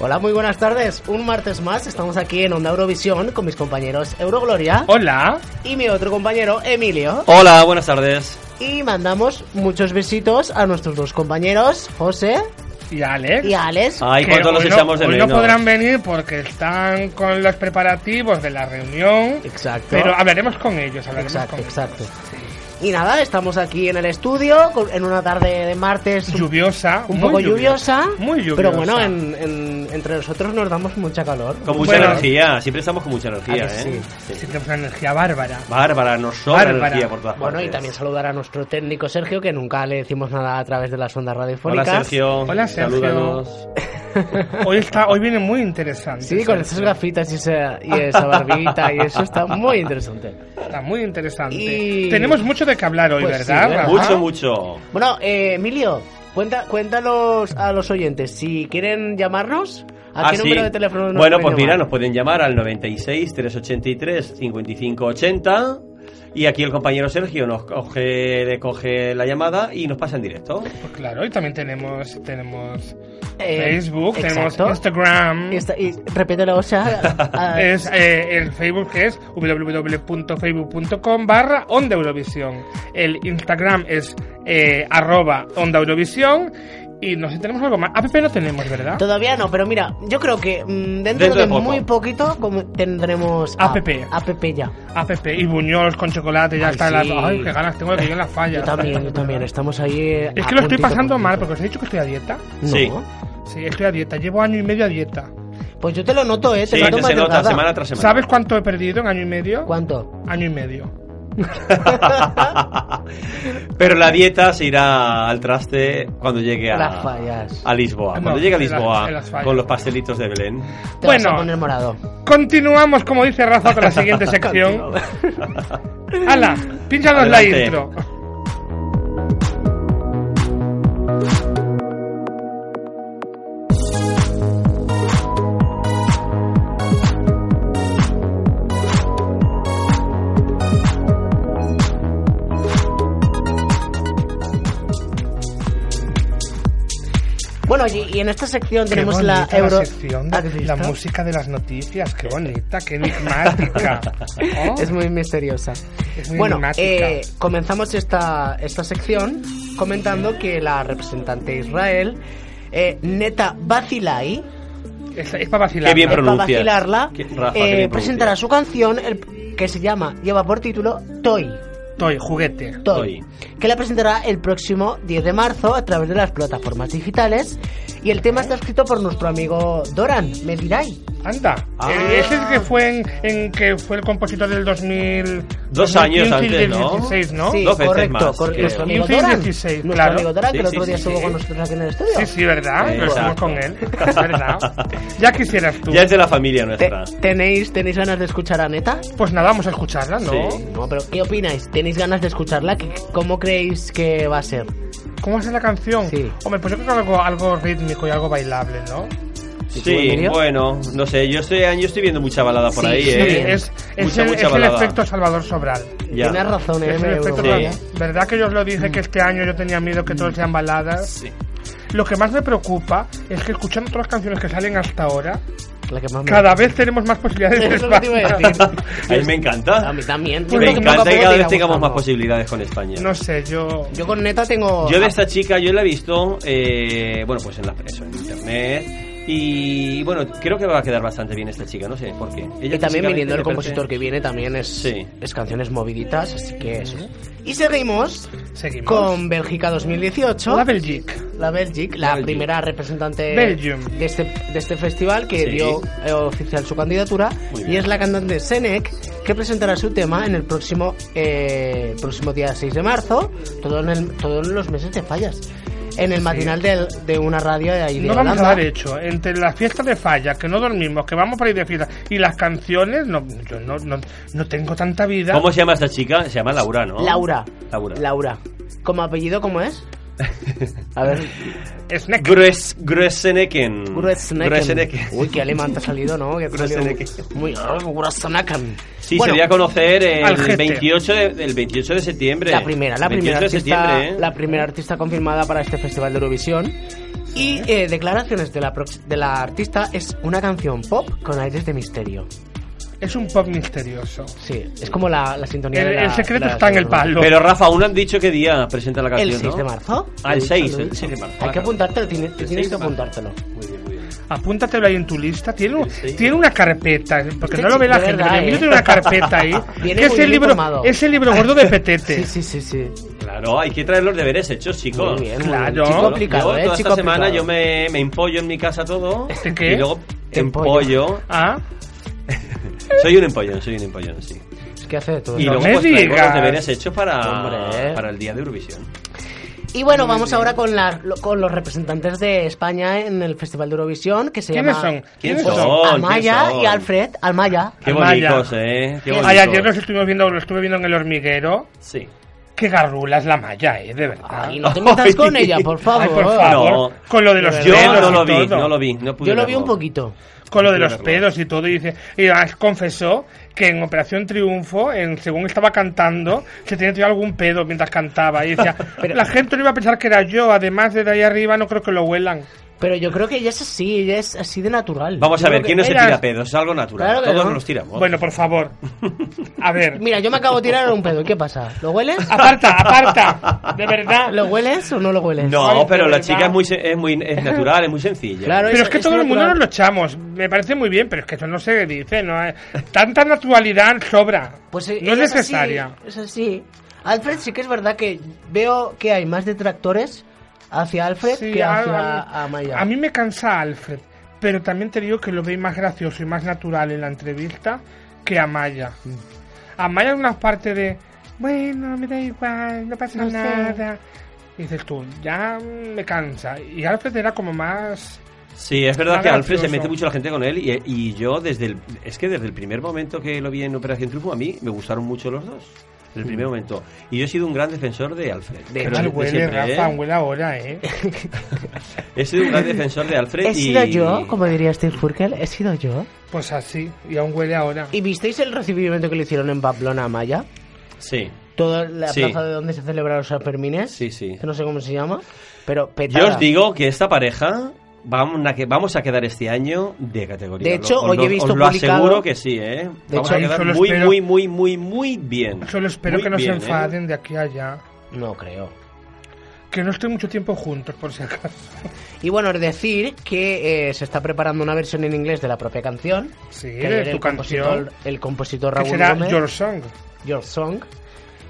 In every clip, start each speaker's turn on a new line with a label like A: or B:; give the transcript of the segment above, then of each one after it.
A: Hola, muy buenas tardes. Un martes más estamos aquí en Onda Eurovisión con mis compañeros Eurogloria
B: Hola.
A: y mi otro compañero Emilio.
C: Hola, buenas tardes.
A: Y mandamos muchos besitos a nuestros dos compañeros, José
B: ¿Y Alex?
A: y Alex.
C: Ay,
B: que
C: cuánto
B: hoy
C: nos
B: no-
C: echamos de
B: hoy
C: menos.
B: no podrán venir porque están con los preparativos de la reunión.
A: Exacto.
B: Pero hablaremos con ellos, hablaremos
A: exacto,
B: con
A: exacto. Y nada, estamos aquí en el estudio con- en una tarde de martes
B: ellos. Lluviosa.
A: un
B: muy
A: poco lluviosa,
B: Muy lluviosa.
A: Pero bueno, en- en- entre nosotros nos damos mucha calor.
C: Con mucha
B: Bueno.
C: energía, siempre estamos con mucha energía,
A: ¿A que
C: ¿eh?
B: Sí, tenemos una energía bárbara.
C: Bárbara, nos sobra
B: Bárbara.
C: energía por todas
A: Bueno,
C: partes.
A: y también saludar a nuestro técnico Sergio, que nunca le decimos nada a través de las ondas
C: Hola,
A: radiofónicas.
C: Sergio.
B: Hola, Sergio.
C: Salúdanos.
B: Hoy, está, hoy viene muy interesante.
A: Sí, con esas
B: Sergio.
A: gafitas y esa, y esa barbita y eso está muy interesante.
B: Está muy interesante.
A: Y-
B: Tenemos mucho de qué hablar hoy,
A: Pues sí,
B: ¿verdad?
A: ¿verdad?
B: Rafa?
C: Mucho, mucho.
A: Bueno, eh, Emilio, cuenta, cuéntanos a los oyentes si quieren llamarnos. ¿A
C: Ah,
A: qué
C: sí.
A: número de teléfono nos
C: Bueno,
A: pueden
C: pues mira,
A: llamar?
C: nos pueden llamar al 96 383 5580 y aquí el compañero Sergio nos coge, le coge la llamada y nos pasa en directo.
B: Pues claro, y también tenemos, tenemos
A: Eh,
B: Facebook,
A: exacto.
B: tenemos Instagram.
A: Y, está- y repítelo, o sea. a- a-
B: Es eh, el Facebook que es www.facebook.com barra Onda Eurovisión. El Instagram es eh, arroba Onda Eurovisión. Y no sé si tenemos algo más. APP no tenemos, ¿verdad?
A: Todavía no, pero mira, yo creo que mm, dentro,
C: Dentro
A: de,
C: de poco.
A: muy poquito como tendremos
B: APP.
A: app ya.
B: APP y buñuelos con chocolate, ya
A: Ay,
B: está.
A: sí.
B: Las... Ay, qué ganas tengo de que yo en la falla.
A: Yo también, yo también, estamos ahí. eh,
B: Es
A: a
B: que lo estoy
A: puntito,
B: pasando mal, porque
A: puntito.
B: os he dicho que estoy a dieta.
C: Sí.
A: No.
B: Sí, estoy a dieta. Llevo año y medio a dieta.
A: Pues yo te lo noto, ¿eh? Te
C: Sí,
A: noto
C: se
A: más
C: nota
A: delgada.
C: semana tras semana.
B: ¿Sabes cuánto he perdido en año y medio?
A: ¿Cuánto?
B: Año y medio.
C: Pero la dieta se irá al traste cuando llegue
A: Las
C: a,
A: fallas.
C: a Lisboa.
B: No,
C: Cuando llegue a
B: en las-
C: Lisboa
B: en las fallas.
C: con los pastelitos de Belén.
A: Te
B: Bueno.
A: vas a poner morado.
B: Continuamos, como dice Rafa, con la siguiente sección. ¡Hala! Pínchanos la
C: Adelante.
B: intro.
A: Bueno, y, y en esta sección
B: Qué
A: tenemos la
B: bonita
A: Euro.
B: sección
A: ¿Has
B: de, la
A: visto?
B: música de las noticias, qué bonita, qué enigmática. ¿Oh?
A: Es muy misteriosa.
B: Es muy
A: bueno,
B: enigmática.
A: eh, comenzamos esta, esta sección comentando que la representante de Israel, eh, Neta Basilai,
B: Es, es para vacilar.
C: Qué bien
A: eh, para
C: pronuncias.
A: vacilarla,
C: Qué- Rafa, qué
A: eh,
C: bien
A: presentará
C: pronuncias.
A: su canción el- que se llama, lleva por título Toy.
B: Toy, juguete.
A: Toy, que la presentará el próximo 10 de marzo a través de las plataformas digitales. Y el tema está escrito por nuestro amigo Doran Mediray.
B: Anda,
C: Ah.
B: eh, ese es el que fue en, en que fue el compositor del 2000.
C: Dos años
B: 2015 y
C: antes, ¿no?
B: 2016, ¿no?
A: Sí,
C: Dos veces
A: correcto,
C: más
A: corre-
C: que-
A: nuestro amigo
B: 15 y
A: Doran.
B: 16,
A: nuestro
B: claro.
A: amigo Doran, que el
C: Sí,
A: otro
C: sí,
A: día
C: sí,
A: estuvo
C: sí.
A: con nosotros aquí en el estudio.
B: Sí, sí, ¿verdad?
C: Sí,
B: Lo hicimos
C: exacto.
B: con él. ¿Verdad? Ya quisieras tú.
C: Ya es de la familia
A: Te-
C: nuestra.
A: ¿Tenéis, ¿Tenéis ganas de escuchar a Neta?
B: Pues nada, vamos a escucharla, ¿no?
C: Sí.
A: No, pero ¿qué opináis? ¿Tenéis ganas de escucharla? ¿Qué- ¿Cómo creéis que va a ser?
B: ¿Cómo hace la canción?
A: Sí.
B: Hombre, pues yo creo que algo, algo rítmico y algo bailable, ¿no?
A: tú,
C: Sí,
A: Emilio?
C: bueno, no sé, yo estoy, yo estoy viendo mucha balada por
A: Sí,
C: ahí,
A: sí,
C: ¿eh?
B: Es, es
C: Mucha,
B: el,
C: mucha
B: es el
C: balada.
B: efecto Salvador Sobral.
C: Ya.
A: Tienes razón,
B: Es
A: eh,
B: el
A: me-
B: efecto
A: me-
C: Sí.
B: Ram- ¿Verdad que yo os lo dije que este año yo tenía miedo que todos sean baladas?
C: Sí.
B: Lo que más me preocupa es que escuchando todas las canciones que salen hasta ahora,
A: la que más me-
B: cada vez tenemos más posibilidades de
A: Eso es lo que te iba a
B: España.
A: decir.
C: A mí me encanta.
A: A mí también. Yo
C: Me
A: creo Pues que poco a
C: encanta que
A: poco
C: cada
A: te
C: vez
A: irá
C: tengamos más
A: gustando.
C: posibilidades con España.
B: No sé, yo...
A: Yo con Neta tengo...
C: Yo de esta chica, yo la he visto, eh, bueno, pues en, la, eso, en internet, Y bueno, creo que va a quedar bastante bien esta chica, no sé por qué.
A: Y
C: Ella
A: también
C: físicamente
A: viniendo el
C: me parece-
A: compositor que viene, también es,
C: Sí.
A: es canciones moviditas, así que eso. Y seguimos
B: Seguimos.
A: con Bélgica 2018.
B: La Belgique.
A: La Belgique, la
C: Belgique.
A: primera representante
B: Belgium.
A: de este, de este festival que
C: Sí.
A: dio eh, oficial su candidatura
C: Muy
A: y
C: bien.
A: es la cantante Senec que presentará su tema en el próximo eh, próximo día 6 de marzo, todo en el- todos los meses de fallas, en el matinal del- de, una radio de ahí de
B: No vamos a
A: Holanda.
B: dar hecho. eh. Entre las fiestas de falla, que no dormimos, que vamos para ir de fiesta, y las canciones, no, yo no, no, no tengo tanta vida.
C: ¿Cómo se llama esta chica? Se llama Laura, ¿no?
A: Laura.
C: Laura.
A: Laura. ¿Como apellido cómo es? A ver,
B: Snack.
C: Grues, Grueseneken.
A: Grueseneken.
C: Grueseneken.
A: Uy, qué alemán te ha salido, ¿no? Que te ha salido
C: Grueseneken.
A: Muy Grueseneken.
C: Sí,
A: Bueno,
C: se dio a conocer el
B: Algete.
C: 28 de, el 28 de septiembre.
A: La primera, la primera
C: 28 de
A: artista,
C: septiembre, ¿eh?
A: la primera artista confirmada para este festival de Eurovisión. Y eh, declaraciones de la, prox- de la artista es una canción pop con aires de misterio.
B: Es un pop misterioso.
A: Sí, es como la, la sintonía.
B: El,
A: de la-
B: el secreto
A: la-
B: está en el palo.
C: Pero Rafa, aún han dicho qué día presenta la
A: El
C: canción,
A: 6 de
C: ¿no?
A: marzo.
C: Ah,
A: Lo he
C: el
A: dicho,
C: 6,
A: lo he
C: el
A: dicho.
C: 6 de marzo.
A: Hay
C: Ah,
A: que
C: claro.
A: apuntártelo, tiene-
C: El
A: tienes
C: 6
A: que
C: de marzo.
A: apuntártelo.
C: Muy bien, muy bien.
B: Apúntatelo ahí en tu lista. Tiene, un-
C: Sí.
B: tiene una carpeta, eh, porque no lo ve
A: De
B: la gente.
A: verdad,
B: pero el
A: ¿eh?
B: mío tiene una carpeta ahí.
A: Viene
B: que
A: muy
B: es el
A: bien
B: libro,
A: informado.
B: es el libro gordo de Petete.
A: Sí, sí, sí, sí.
C: Claro, hay que traer los deberes hechos, chicos.
A: Muy bien,
B: claro.
A: muy bien. Chico
C: Yo-
A: aplicado,
C: yo
A: eh.
C: toda
A: Chico
C: esta semana
A: aplicado.
C: yo me, me empollo en mi casa todo.
B: ¿Este qué?
C: Y luego
A: Empollo.
C: empollo.
B: Ah,
C: Soy un empollón, soy un empollón, sí.
A: Es que hace de todo.
C: Y
B: No
C: luego
B: me
C: pues traigo
B: digas.
C: los deberes hechos para,
A: Hombre, eh.
C: para el día de Eurovisión.
A: Y bueno, vamos ahora con, la, lo- con los representantes de España en el Festival de Eurovisión, que se
B: ¿Quiénes
A: llama...
B: son? ¿Quiénes
A: Pues,
B: son?
C: ¿Quiénes
A: Almaya
C: son?
A: y Alfred. Almaya.
C: Qué
B: Amaya.
C: bonitos, eh. Qué
A: Ay,
C: bonitos.
B: ay, ayer los estuvimos viendo, lo estuve viendo en el hormiguero.
C: Sí.
B: Qué garrula es la malla, eh, de verdad.
A: Ay, no te metas con ella, por favor.
B: Ay, por favor.
C: No.
B: Con lo de los
C: Yo
B: pedos
C: no
B: y
C: lo vi,
B: todo.
C: no lo vi, no pude
A: Yo lo vi
C: verlo.
A: un poquito.
B: Con lo de
C: No
B: los
C: pude verlo.
B: pedos y todo. Y dice, y además confesó que en Operación Triunfo, en, según estaba cantando, se tenía tirado algún pedo mientras cantaba. Y decía, la gente no iba a pensar que era yo. Además, desde ahí arriba no creo que lo huelan.
A: Pero yo creo que ella es así, ella es así de natural.
C: Vamos a
B: Yo
C: ver,
B: creo
C: ¿quién
B: que
C: no se
B: eras-
C: tira pedos? Es algo natural.
A: Claro que
C: Todos
A: no.
C: nos tiramos.
B: Bueno, por favor. A ver.
A: Mira, yo me acabo de tirar un pedo, ¿qué pasa? ¿Lo hueles?
B: Aparta, aparta. De verdad.
A: ¿Lo hueles o no lo hueles?
B: Ay,
C: no, pero
B: de
C: la
B: verdad.
C: chica es muy, se- es muy es natural, es muy sencilla.
A: Claro,
B: Pero es que todo el mundo
A: natural.
B: nos lo echamos. Me parece muy bien, pero es que eso no se dice. No hay- Tanta naturalidad sobra.
A: Pues, eh,
B: no es
A: ella así,
B: necesaria.
A: Es así. Alfred sí que es verdad que veo que hay más detractores hacia Alfred
B: Sí,
A: que
B: a-
A: hacia
B: a-
A: Amaya.
B: A mí me cansa Alfred, pero también te digo que lo veis más gracioso y más natural en la entrevista que Amaya.
A: Mm.
B: Amaya en una parte de, bueno, me da igual, no pasa
A: No sé".
B: nada. Y dices tú, ya me cansa. Y Alfred era como más...
C: Sí, es verdad
B: Está
C: que Alfred se
B: gracioso.
C: mete mucho la gente con él y, y yo desde el, es que desde el primer momento que lo vi en Operación Triunfo a mí me gustaron mucho los dos. Desde el primer
A: Mm.
C: momento. Y yo he sido un gran defensor de Alfred. Pero
B: Mal
C: desde
B: huele,
C: siempre, ¿eh?
B: Rafa, huele ahora, ¿eh?
C: He sido un gran defensor de Alfred
A: He
C: y...
A: sido yo, como diría Steve Furkel, he sido yo.
B: Pues así, y aún huele ahora.
A: ¿Y visteis el recibimiento que le hicieron en Pamplona a Amaya?
C: Sí.
A: Toda la
C: Sí.
A: plaza de donde se celebran los Sanfermines.
C: Sí, sí.
A: Que no sé cómo se llama. Pero petada.
C: Yo os digo que esta pareja vamos a, que, vamos a quedar este año de categoría.
A: De hecho,
C: Lo- os
A: hoy he
C: lo-
A: visto
C: os lo
A: publicado-
C: aseguro que sí, ¿eh? vamos
B: hecho,
C: a quedar
B: solo
C: muy,
B: espero-
C: muy, muy, muy, muy bien.
B: Solo espero
C: Muy
B: que no
C: bien,
B: se
C: ¿eh?
B: enfaden de aquí a allá.
A: No creo.
B: Que no estén mucho tiempo juntos, por si acaso.
A: Y bueno, es decir que eh, se está preparando una versión en inglés de la propia canción.
B: Sí,
A: que
B: de
A: ayer
B: tu
A: el compositor,
B: canción.
A: el compositor
B: Que
A: Raúl
B: será
A: Gómez,
B: Your Song.
A: Your Song,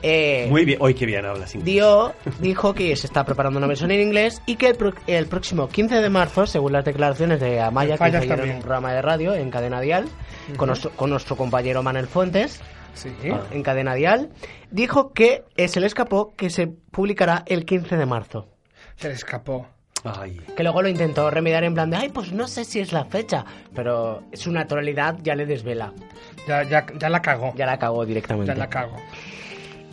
A: eh,
C: Muy bien. Hoy qué bien hablas inglés.
A: dio, dijo que se está preparando una versión en inglés y que el, pro- el próximo 15 de marzo, según las declaraciones de Amaya, que hizo
B: Fallas
A: ayer en
B: también.
A: un programa de radio en Cadena Dial, con, nuestro, con nuestro compañero Manuel Fuentes, ah,
B: Sí.
A: en Cadena Dial, dijo que eh, se le escapó que se publicará el 15 de marzo.
B: Se le escapó.
C: Ay.
A: Que luego lo intentó remediar en plan de, ay, pues no sé si es la fecha, pero su naturalidad ya le desvela.
B: Ya, ya, ya la cagó.
A: Ya la cagó
B: Ya
A: directamente.
B: la cago.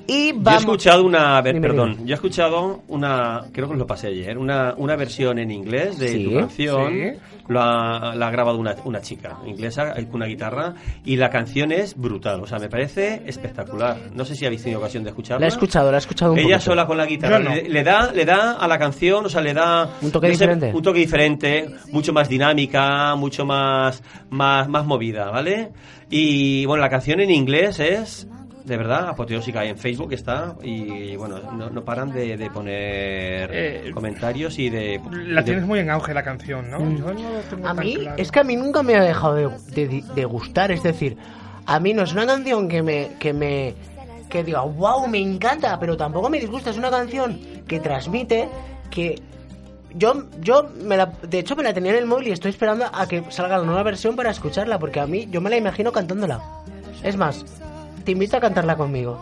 A: Y
C: Yo he
A: vamos.
C: escuchado una. a ver,
A: Dime,
C: perdón. Yo he escuchado una. Creo que os lo pasé ayer. Una, una versión en inglés de
A: Sí,
C: tu canción.
B: sí.
C: Lo ha- la ha grabado una, una chica inglesa eh, con una guitarra. Y la canción es brutal. O sea, me parece espectacular. No sé si habéis tenido ocasión de escucharla.
A: La he escuchado, la he escuchado un
C: Ella
A: poquito.
C: sola con la guitarra
B: Yo no.
C: le, le da le da a la canción, o sea, le da
A: Un toque diferente.
C: un toque diferente, mucho más dinámica, mucho más más más movida, ¿vale? Y bueno, la canción en inglés es de verdad, apoteósica. En Facebook está y, bueno, no, no paran de, de poner
B: Eh,
C: comentarios y de...
B: La
C: y de-
B: tienes muy en auge la canción, ¿no? Yo no lo tengo
A: A
B: tan
A: mí,
B: claro.
A: es que a mí nunca me ha dejado de, de- de gustar, es decir, a mí no es una canción que me, que me, que diga, wow, me encanta, pero tampoco me disgusta, es una canción que transmite que yo, yo me la, de hecho me la tenía en el móvil y estoy esperando a que salga la nueva versión para escucharla, porque a mí yo me la imagino cantándola. Es más, te invito a cantarla conmigo.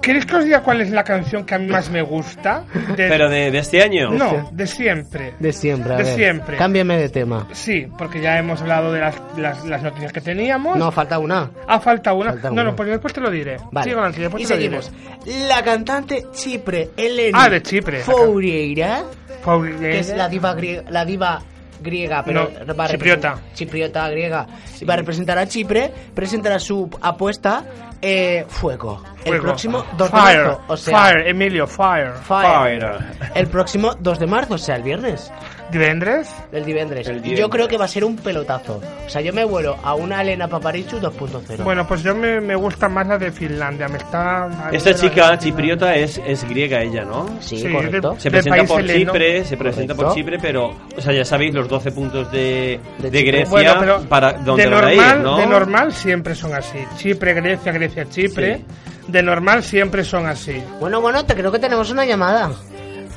B: ¿Queréis que os diga cuál es la canción que a mí más me gusta? De-
C: Pero de, de este año.
B: No, de siempre.
A: De siempre, a
B: De
A: ver.
B: siempre.
A: Cámbiame de tema.
B: Sí, porque ya hemos hablado de las, las, las noticias que teníamos.
A: No, falta una.
B: Ah, falta una.
A: Falta
B: no,
A: una.
B: no, porque después te lo diré.
A: Vale.
B: Sigo, Nancy, después
A: y
B: te lo
A: seguimos.
B: diré.
A: La cantante Chipre, Elena
B: Ah, de Chipre.
A: Foureira,
B: Paul-
A: que es la diva, grie- la diva griega, pero
B: No,
A: va a representar-
B: chipriota.
A: Chipriota griega. Va a representar a Chipre, presentará su apuesta eh, Fuego. El
B: Fuego.
A: próximo 2 de
B: Fire,
A: marzo. O sea,
B: Fire, Emilio, Fire.
A: Fire. El próximo 2 de marzo, o sea, el viernes.
B: ¿Divendres?
A: El divendres.
C: El divendres.
A: Yo creo que va a ser un pelotazo. O sea, yo me vuelo a una Elena Paparichu 2.0.
B: Bueno, pues yo me, me gusta más la de Finlandia. Me está.
C: Esta chica chipriota es, es griega ella, ¿no?
A: sí,
B: sí, de-
A: correcto.
C: Se
B: Del
C: presenta
B: país
C: por
B: heleno.
C: Chipre, se presenta por
A: Correcto.
C: Chipre, pero, o sea, ya sabéis los 12 puntos de,
A: De
C: de
A: Chipre.
C: Grecia
B: Bueno, pero
C: para donde
B: de
C: van a
B: normal,
C: ir, ¿no?
B: de normal siempre son así. Chipre, Grecia, Grecia, Chipre. De normal siempre son así.
A: Bueno, bueno, te creo que tenemos una llamada.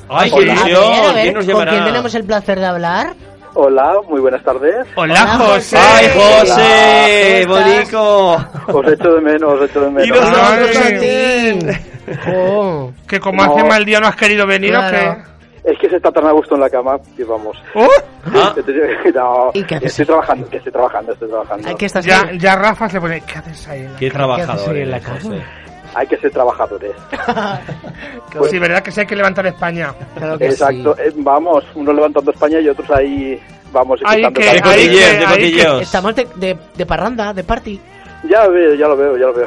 C: Ay, qué
B: Hola.
A: A
C: ilusión,
A: ver, a ver,
C: ¿quién nos
A: ¿Con
C: llamará?
A: quién tenemos el placer de hablar?
D: Hola, muy buenas tardes.
B: Hola,
A: Hola,
B: José.
A: José.
C: Ay,
A: Hola,
C: José,
A: ¿cómo estás?
C: bonico.
D: Os echo de menos, os echo de
C: Y
D: menos.
C: nos-
B: Ay,
A: Oh,
B: Que como
D: No.
B: hace mal día no has querido venir,
A: Claro.
B: ¿o
D: Es que se está tan a gusto en la cama que vamos.
B: qué? ¡Uh!
C: Ah,
D: No,
A: ¿Y qué haces?
D: estoy trabajando, que estoy trabajando, estoy trabajando.
A: aquí estás.
B: Ya, ya Rafa se pone. ¿Qué haces ahí?
C: qué trabajador
A: ahí en
C: eres,
A: la cama?
C: José.
D: Hay que ser trabajadores.
B: Sí, verdad que sí hay que levantar España.
A: Claro que
D: Pues- Exacto.
A: sí.
D: eh, vamos, uno levantando España y otros ahí, vamos,
B: Ahí
D: escuchando
B: que-
C: De
D: canciones.
B: ahí
C: cotilleos,
B: que- ahí
C: de
B: que-
C: cotilleos.
A: Estamos de, de, de parranda, de party.
D: Ya veo, ya lo veo, ya lo veo.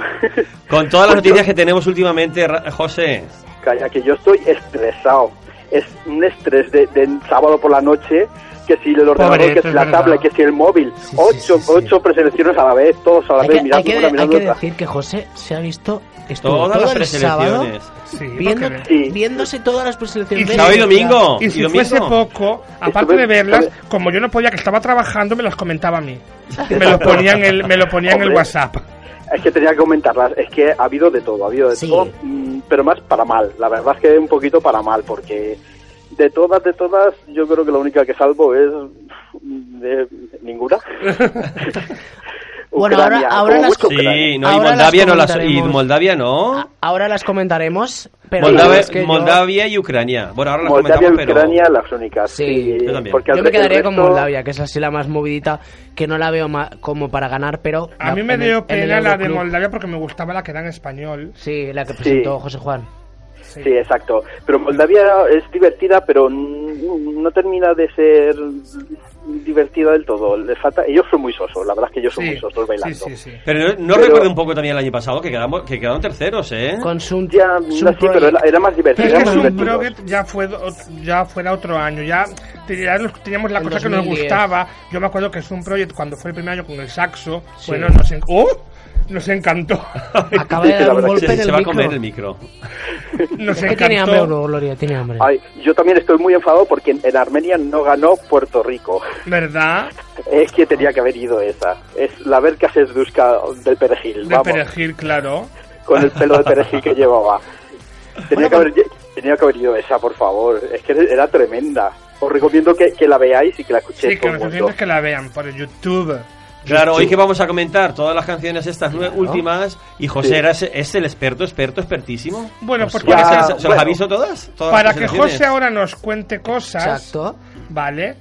C: Con todas las noticias que tenemos últimamente, Ra- José.
D: Calla, que yo estoy estresado. Es un estrés de, de sábado por la noche, que si el ordenador,
B: Pobre,
D: que
B: es
D: si la
B: verdad.
D: tabla, que si el móvil.
A: Sí, sí,
D: ocho,
A: sí, sí.
D: ocho preselecciones a la vez, todos a la
A: Hay
D: vez,
A: que, hay
D: mirando
A: que-
D: una,
A: hay
D: mirando
A: que
D: otra.
A: decir que José se ha visto estuvo
C: Todas
A: todo
C: las
A: el sábado
C: preselecciones.
B: Sí,
A: viendo-
B: porque-
D: Sí.
A: viéndose todas las preselecciones.
B: Y
A: de
C: Sábado y
A: la-
C: domingo.
B: Y si
C: ¿Y domingo?
B: fuese poco, aparte de
D: Estuve-
B: verlas,
D: estuve-
B: como yo no podía, que estaba trabajando, me las comentaba a mí. Me los ponía en el, me lo ponía en el
D: Hombre.
B: WhatsApp.
D: Es que tenía que comentarlas, es que ha habido de todo, ha habido de
A: Sí.
D: todo, mm, pero más para mal, la verdad es que un poquito para mal, porque de todas, de todas, yo creo que la única que salvo es mm, de ninguna.
A: Bueno, ahora-
D: Ucrania,
A: ahora
D: como
A: las co-
D: mucho Ucrania.
C: Sí, no, y
A: Ahora las
C: Moldavia no las y
A: comentaremos.
C: Moldavia no.
A: A- Ahora las comentaremos, pero la
C: Moldavia,
A: verdad es que yo-
C: Moldavia y Ucrania. Bueno, ahora las
D: Moldavia y
C: comentamos, pero
D: Ucrania las únicas.
A: Sí.
C: Yo también.
D: porque
A: Yo
D: el
A: me
D: re-
A: quedaría
D: el
A: con
D: resto-
A: Moldavia, que es así la más movidita, que no la veo ma- como para ganar, pero...
B: A
A: la-
B: mí me
A: en el-
B: dio
A: en
B: pena
A: el
B: la de
A: Euroclub.
B: Moldavia porque me gustaba la que era en español.
A: Sí, la que presentó José Juan.
D: Sí, exacto. Pero Moldavia es divertida, pero n- no termina de ser divertida del todo. Les falta... Ellos son muy sosos, la verdad es que ellos son
B: Sí,
D: muy sosos
B: sí,
D: bailando.
B: sí, sí.
C: pero no, no
D: Pero-
C: recuerdo un poco también el año pasado que quedamos que quedaron terceros, ¿eh?
A: Con Sun,
D: Ya,
A: Sun
D: no, sí, pero
A: Project.
D: era, era más divertido.
B: Es
D: era
B: que
D: más
B: Zoom
D: divertido.
B: Project ya fue do- ya fuera otro año, ya, te- ya nos- teníamos la
A: El
B: cosa que nos
A: 2010.
B: gustaba. Yo me acuerdo que Zoom Project cuando fue el primer año con el saxo,
A: Sí.
B: bueno, nos, en- ¡Oh! nos encantó.
A: Acaba de
D: Sí, la
A: dar un
D: verdad
A: golpe
C: se,
A: en
C: se
A: el
C: va a
A: micro.
C: comer el micro.
B: Nos
A: Es que tiene hambre,
B: Pues encantó.
A: bro, Gloria, tiene hambre.
D: Ay, yo también estoy muy enfadado porque en, en Armenia no ganó Puerto Rico.
B: ¿Verdad?
D: Es que tenía que haber ido esa. Es la verca sesdusca del perejil,
B: De
D: vamos,
B: perejil, claro.
D: con el pelo de perejil que llevaba. Tenía que, haber, tenía que haber ido esa, por favor. Es que era tremenda. Os recomiendo que, que la veáis y que la escuchéis
B: Sí, que
D: todo
B: los
D: el mundo.
B: oyentes que la vean por YouTube.
C: Claro, hoy que vamos a comentar todas las canciones estas nue- últimas y José
D: Sí.
C: era ese- es el experto, experto, expertísimo.
B: Bueno, pues
D: Ya,
B: para,
C: ¿Se, se- se las
D: bueno.
C: aviso todas? Todas
B: para
C: las
B: que
C: canciones.
B: José ahora nos cuente cosas,
A: Exacto.
B: ¿vale?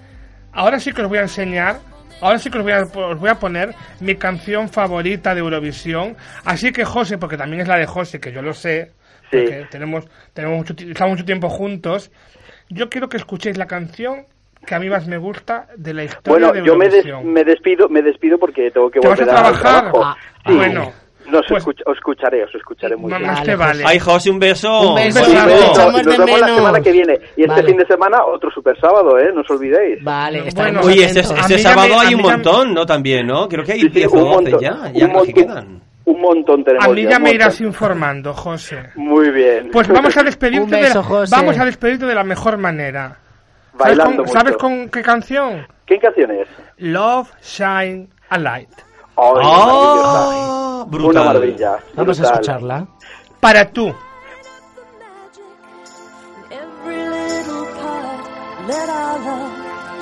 B: Ahora sí que os voy a enseñar, ahora sí que os voy a, os voy a poner mi canción favorita de Eurovisión. Así que José, porque también es la de José, que yo lo sé,
D: Sí.
B: porque tenemos, tenemos mucho, ti- estamos mucho tiempo juntos, yo quiero que escuchéis la canción que a mí más me gusta de la historia
D: Bueno,
B: de
D: yo me, des-
B: Eurovisión.
D: me despido, me despido porque tengo que
B: ¿Te vas a
D: volver al
B: trabajar?
D: trabajo.
A: Ah,
D: sí.
B: bueno.
D: No, os,
B: Pues-
D: escuch- os escucharé, os escucharé muy
B: Ma-
D: bien.
B: Más
A: Vale,
B: te vale.
C: Ay, José, un beso.
A: Un beso,
D: Un
B: Pues
D: beso,
B: nada,
D: nos
A: echamos de
D: vemos la
A: menos.
D: semana que viene. Y este
A: Vale.
D: fin de semana, otro super sábado, ¿eh? No os olvidéis.
A: Vale,
B: Bueno,
A: estaremos
C: Oye, este,
A: atentos.
B: A
C: este
B: mí ya
C: sábado
B: me- a
C: hay
B: mí
C: un
B: ya me-
C: montón, ¿no? También, ¿no? Creo que hay
D: Sí, sí,
C: 10
D: un
C: o 12
D: montón,
C: ya,
D: un
C: ya las que
D: montón.
C: quedan.
E: un montón tenemos.
B: A mí
E: ya,
B: ya me
E: muchas.
B: irás informando, José.
E: Muy bien.
B: Pues vamos a despedirte,
A: Un beso,
B: de, la,
A: José.
B: vamos a despedirte de la mejor manera. ¿Sabes
E: Bailando
B: con, ¿Sabes
E: mucho.
B: con qué canción?
E: ¿Qué canción es?
B: Love, Shine, a Light.
E: Ay, maravillosa. Una
C: ¡Oh! Brutal.
E: maravilla.
A: Vamos a
E: brutal.
A: escucharla.
B: Para tú.
F: Every little part, let our love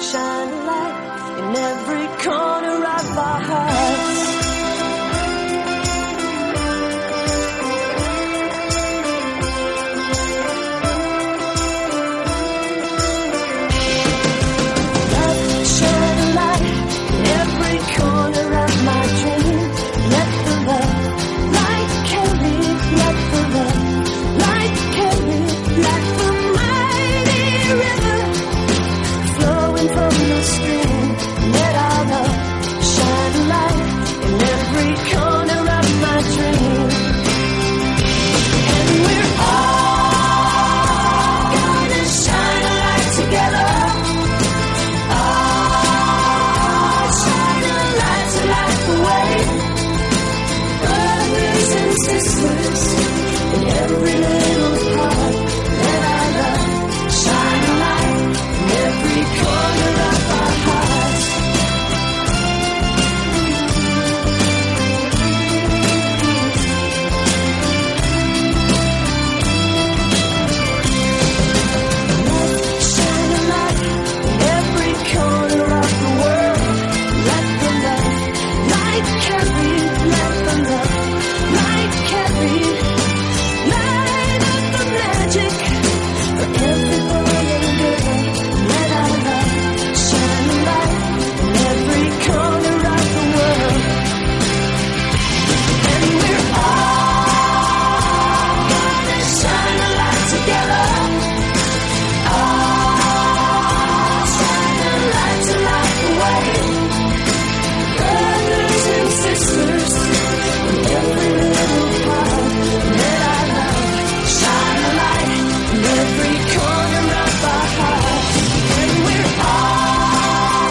F: shine a light in every corner of our hearts. Love, shine a light in every corner of my dream. Let the love light carry, let the love light carry, like the mighty river flowing from the stream. Let our love shine a light in every corner of my dream. And we're all gonna shine a light together. Shine a light to light the way. Brothers and sisters, in every little part, let our love shine a light in every corner of our hearts. Shine a light in every corner of the world. Let the love light carry, let the love light carry, light up the magic for every boy and girl. Let our love shine a light in every corner of the world. And we're all gonna shine a light together. Shine a light to light the way. Brothers and sisters, in every little part, let our love shine a light in every corner of our heart. And we're all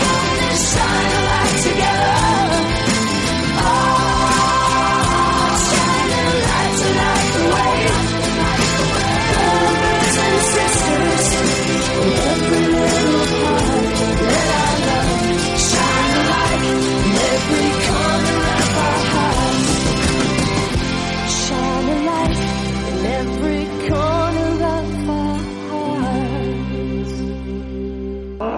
F: gonna shine a light together. All shine a light to light the way. Brothers and sisters. Every little part, let our love shine a light in every corner of our hearts. Shine a light in every corner of our hearts.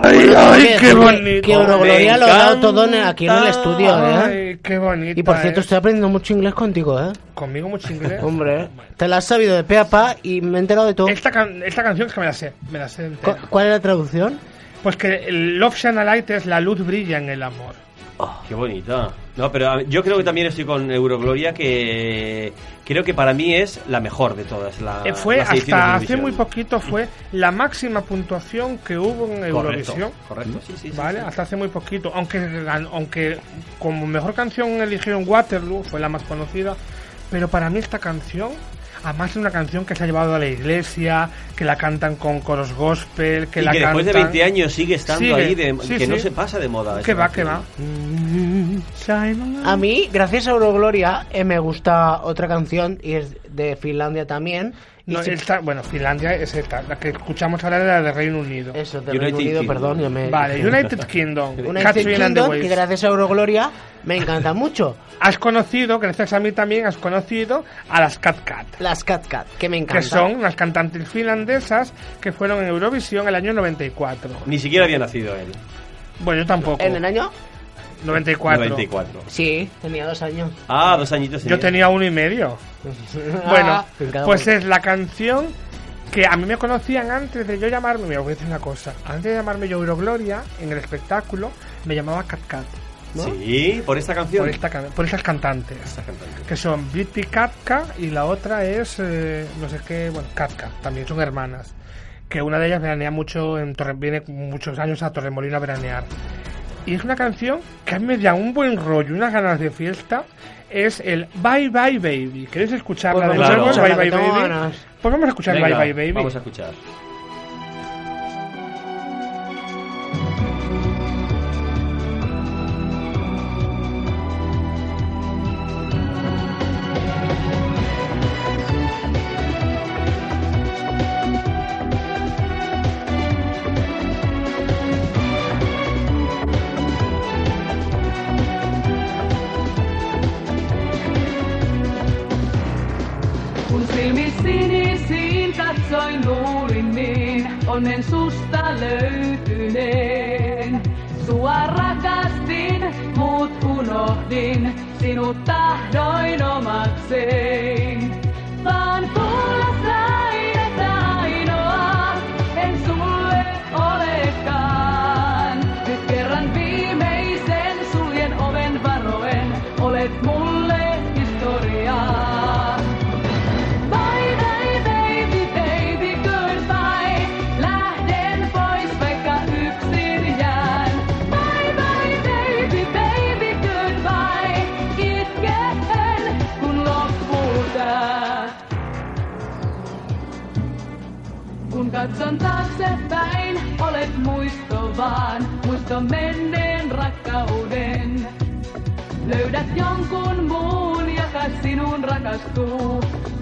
B: Ay, ay, qué bonito.
A: Que Eurogloria
C: Me
A: lo ha dado
C: encanta.
A: todo en- aquí en el estudio, ¿eh?
B: Ay, qué bonito.
A: Y por cierto, estoy aprendiendo mucho inglés contigo, ¿eh?
B: Conmigo mucho inglés.
A: Hombre, te la has sabido de pe a pa y me he enterado de todo.
B: Esta, can- esta canción es que me la sé, me la sé
A: Cu-
B: entera.
A: ¿Cuál es la traducción?
B: Pues que el Love Shine a Light es la luz brilla en el amor.
C: Qué bonita. No, pero a- yo creo que también estoy con Eurogloria, que creo que para mí es la mejor de todas. La,
B: Eh, fue
C: las ediciones de
B: hasta hace
C: Eurovisión.
B: muy poquito fue la máxima puntuación que hubo en
C: Correcto,
B: Eurovisión.
C: correcto, sí, sí, sí,
B: Vale,
C: sí.
B: hasta hace muy poquito. Aunque, gan- aunque como mejor canción eligieron Waterloo, fue la más conocida. Pero para mí esta canción, además es una canción que se ha llevado a la iglesia, que la cantan con coros gospel, que
C: y
B: la
C: que después de
B: cantan-
C: 20 años sigue estando
B: Sigue,
C: ahí, de-
B: sí,
C: que no
B: sí.
C: se pasa de moda. esa
B: Que va, que
C: canción.
B: va.
A: A mí, gracias a Eurogloria, eh, me gusta otra canción y es de Finlandia también. Y
B: No,
A: se-
B: esta- bueno, Finlandia es esta, la que escuchamos ahora era la de Reino Unido.
A: Eso, de
C: United
A: Reino Unido,
C: Kingdom.
A: perdón, yo me...
B: Vale, United Kingdom.
A: United
B: Catherine and the
A: Kingdom, que
B: Waves.
A: gracias a Eurogloria me encanta mucho.
B: Has conocido, gracias a mí también, has conocido a las Cat Cat.
A: Las Cat Cat, que me encanta.
B: Que son las cantantes finlandesas que fueron en Eurovisión el año 94.
C: Ni siquiera había nacido él.
B: Bueno, yo tampoco.
A: ¿En el año?
B: 94.
C: 94.
A: Sí, tenía dos años.
C: Ah, dos añitos.
B: Yo tenía uno y medio.
A: Ah,
B: Bueno,
A: cada
B: pues
A: uno.
B: es la canción que a mí me conocían antes de yo llamarme, me voy a decir una cosa, antes de llamarme yo Eurogloria, en el espectáculo, me llamaba Cat Cat, ¿no?
C: Sí, por esta canción.
B: Por, esta, can- por esas cantantes,
C: Esta cantante.
B: que son Beauty Katka y la otra es, eh, no sé qué, bueno, Katka, también son hermanas, que una de ellas veranea mucho, en Torre, viene muchos años a Torremolino a veranear. Y es una canción que a mí me da un buen rollo, unas ganas de fiesta. Es el Bye Bye Baby. ¿Queréis escucharla
A: Pues
B: de
C: vamos a
B: nuevo? el
A: escucharla,
B: Bye
A: que
B: Bye
A: tengo
B: Baby.
A: ganas.
B: Pues vamos a escuchar el
C: Venga,
B: Bye Bye Baby.
C: Vamos a escuchar.
F: Bye
G: Kun silmin sinisiin katsoin, luulin niin, onnen susta löytyneen. Sua rakastin, muut unohdin, sinut tahdoin omakseen. Vaan kuulla sain, että ainoa en sulle olekaan. Nyt kerran viimeisen suljen oven varoen, olet mulle historiaa. Bye bye baby, baby, goodbye. Lähden pois, vaikka yksin jään. Bye bye baby, baby, goodbye. Itkeen, kun loppuu tää. Kun katson taaksepäin, olet muisto vaan. Muisto menneen rakkauden. Löydät jonkun muun, joka sinun rakastuu.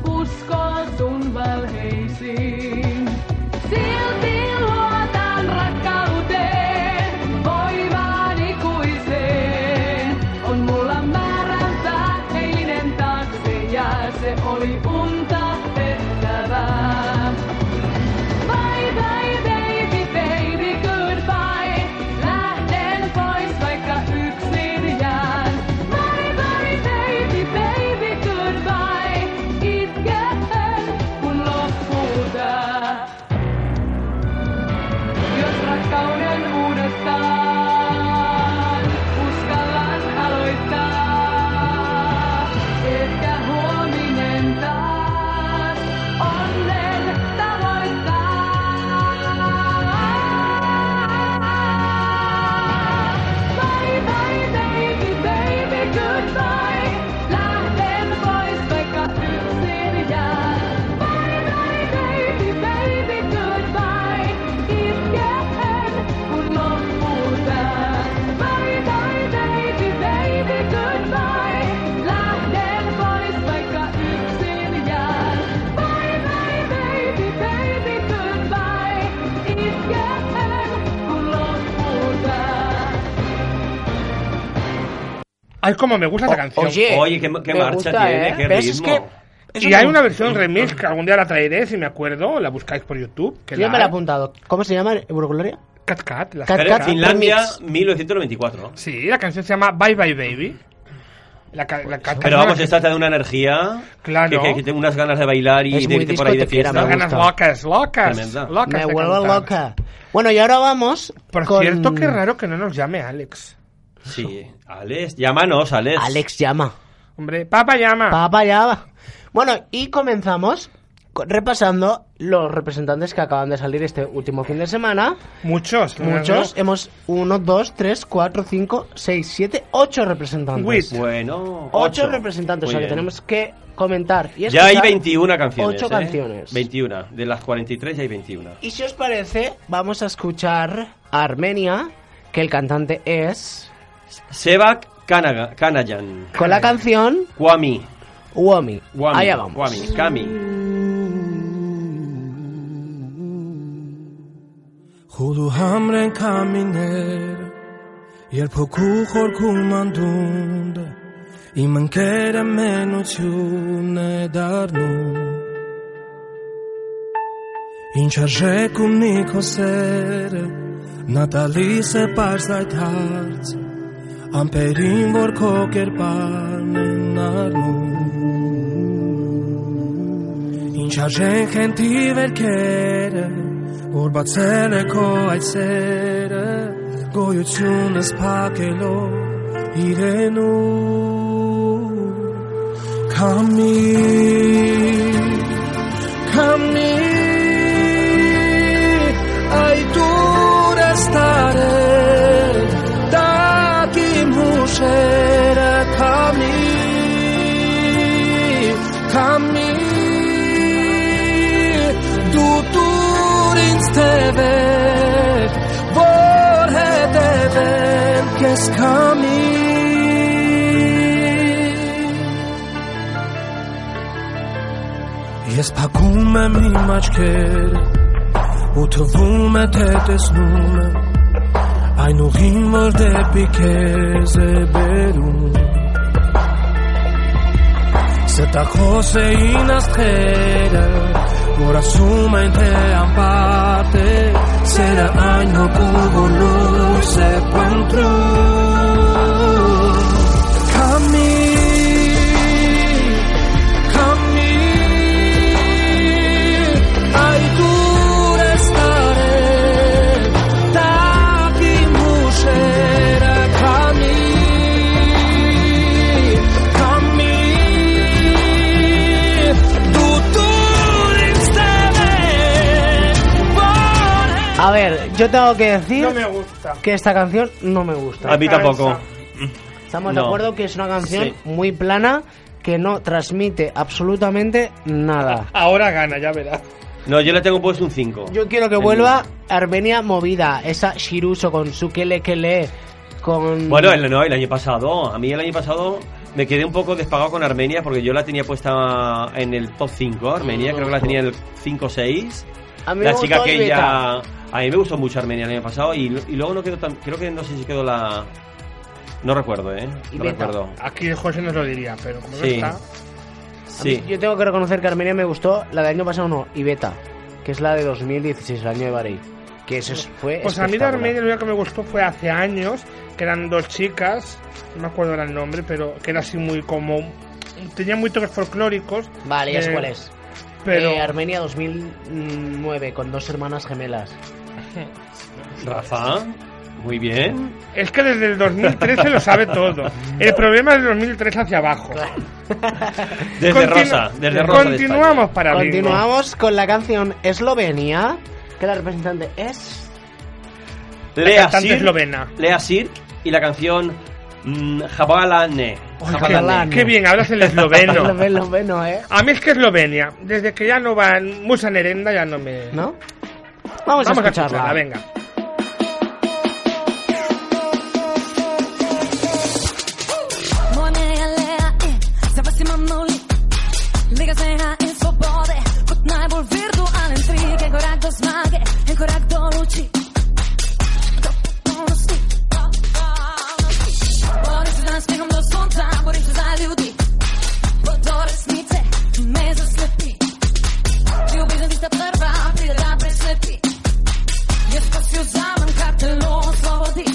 G: Uskoo sun valheisiin. Silti luotan rakkauteen, voimaan ikuiseen. On mulla määrältä eilinen taakse ja se oli unta pettävää. Bye bye baby, baby, goodbye. Lähden pois, vaikka yksin jään. Bye bye baby, baby, goodbye. Itkeen, kun loppuu tää. Jos rakkauden uudestaan uskallan aloittaa, ehkä huominen taas onnen tavoittaa. Bye bye baby, baby, goodbye. Lähden pois, vaikka yksin jään. Bye bye baby, baby, goodbye. Itkeen, kun loppuu tää. Bye bye baby, baby, goodbye. Lähden pois, vaikka yksin jään. Bye bye baby, baby, goodbye. Itkeen, kun loppuu tää.
B: Ay, cómo me gusta esta canción.
A: Oye,
C: Oye, qué, qué
A: me
C: marcha
A: gusta,
C: tiene,
A: ¿eh?
C: qué
A: ¿Ves? Es
C: ritmo.
A: que-
B: Y hay una versión remix que algún día la traeré, si me acuerdo, la buscáis por YouTube. Que
A: Yo me la he
B: hay.
A: apuntado. ¿Cómo se llama? ¿Eurogloria?
B: Cat Cat. la-
A: Cat
C: Pero
A: Cat
C: Finlandia,
A: Remix.
C: 1994. ¿no?
B: Sí, la canción se llama Bye Bye Baby. La, ca-
A: Pues
B: la ca-
C: Pero
B: canción
C: vamos,
B: la-
C: se trata de una energía
B: Claro.
C: que, que, que tengo unas ganas de bailar y
A: Es
C: de
A: muy
C: irte por ahí de
A: discotequera,
C: fiesta.
A: me
B: Ganas
A: gusta.
B: locas, locas.
C: Tremenda.
B: locas
A: Me
B: de
A: vuelvo
B: cantar.
A: loca. Bueno, y ahora vamos.
B: Por
A: con-
B: cierto, qué raro que no nos llame Alex.
C: Sí, Alex, llámanos, Alex.
A: Alex llama.
B: Hombre, papá llama.
A: Papá llama. Bueno, y comenzamos co- repasando los representantes que acaban de salir este último fin de semana.
B: Muchos. ¿no?
A: Muchos. Hemos 1, 2, 3, 4, 5, 6, 7, 8 representantes.
B: Wait.
C: Bueno,
A: 8 representantes, o
C: Muy
A: sea que
C: bien.
A: tenemos que comentar. Y
C: Ya hay
A: escuchar.
C: 21 canciones.
A: ocho
C: ¿eh?
A: canciones.
C: 21. De las 43 ya hay 21.
A: Y si os parece, vamos a escuchar a Armenia, que el cantante es,
C: Sebak Kanaga- Kanayan.
A: con la canción
C: Kwami.
A: Womi.
C: Kwami.
A: Allá vamos.
C: Kwami. Kami.
H: Խուլու համրեն կամիներ Երբ հոգու խորքում անդունդը Իմ ընկերը մենություն է դարնում Ինչ արժեք ու մի խոսերը Նա տալիս է պարս այդ հարց Ամպերին, որ քո կերպարն են արնում Ինչ արժենք են թիվերքերը, որ բացել է քո այցերը, գոյությունս փակելով իրենու։ Քամի, քամի, այ դուր ստարել, տակի մուշերը քամի, քամի դու դուր ինձ տևեք որ հետևեմ քեզ քամի ես փակում եմ իմ աչքերը ու թվում է թե տեսնում եմ այն ուղին որ դեպի քեզ է բերում
F: Ստախոս էին աստղերը, որ ասում են թե անպարտ է, սերը այն հոգու որ լույս է փնտրում։ Քամի, Քամի, այ դուր ստարե, տապի մուշերա քամի, քամի, դու դուր ստարե, որ
A: A ver, yo tengo que decir
B: No me gusta.
A: que esta canción no me gusta.
C: A mí tampoco.
A: Estamos
C: No.
A: de acuerdo que es una canción
C: Sí.
A: muy plana que no transmite absolutamente nada.
B: Ahora gana, ya verás.
C: No, yo le tengo puesto un 5.
A: Yo quiero que vuelva Armenia movida, esa Shiruso con su kele kele, con...
C: Bueno, el, no, el año pasado, a mí el año pasado me quedé un poco despagado con Armenia porque yo la tenía puesta en el top 5. Armenia, creo que la tenía en el 5 o 6.
A: A mí me
C: La
A: gustó
C: chica
A: el
C: que
A: beta.
C: ella. A mí me gustó mucho Armenia el año pasado y, y luego no quedó tan. Creo que no sé si quedó la. No recuerdo, ¿eh?
A: Y
C: No
A: beta.
C: recuerdo.
B: Aquí José nos lo diría, pero como
C: Sí.
B: no está.
A: A mí-
C: Sí.
A: Yo tengo que reconocer que Armenia me gustó, la del año pasado no, y Beta, que es la de 2016, el año de Bahrein. Que eso es- fue
B: Pues a mí de
A: espectacular.
B: Armenia lo único que me gustó fue hace años, que eran dos chicas, no me acuerdo ahora el nombre, pero que era así muy como... Tenía muy toques folclóricos.
A: Vale, ya sé
B: eh,
A: cuál es.
B: Pero...
A: Eh, Armenia 2009, con dos hermanas gemelas.
C: Rafa, muy bien.
B: Es que desde el 2013 lo sabe todo. El problema es del 2013 hacia abajo.
C: Desde
B: Continu-
C: Rosa, desde Rosa. de España.
B: Continuamos para Bingo.
A: Continuamos con la canción Eslovenia, que la representante es...
B: La
C: Lea
B: cantante
C: Sirk,
B: eslovena.
C: Lea Sirk y la canción mm, Jabalane.
A: Oy,
C: Jabalane.
A: Jabalane.
B: Qué bien, hablas el esloveno.
A: Esloveno, ¿eh?
B: A mí es que Eslovenia, desde que ya no va Musa Nerenda, ya no me...
A: ¿No? Vamos, a escucharla.
B: venga.
I: Moje lea in zavasi imam nul Liga žena in svobode Kot najbolj virtualen trik En korak do zmage, en korak do luči Do popolnosti do ah. popolnosti. Borim se dan smehom do sonca Borim se za ljudi Bo do resnice ki me zaslepi Ljubezen tista prva pride da preslepi Jaz pa si vzamem, kar telo osvobodi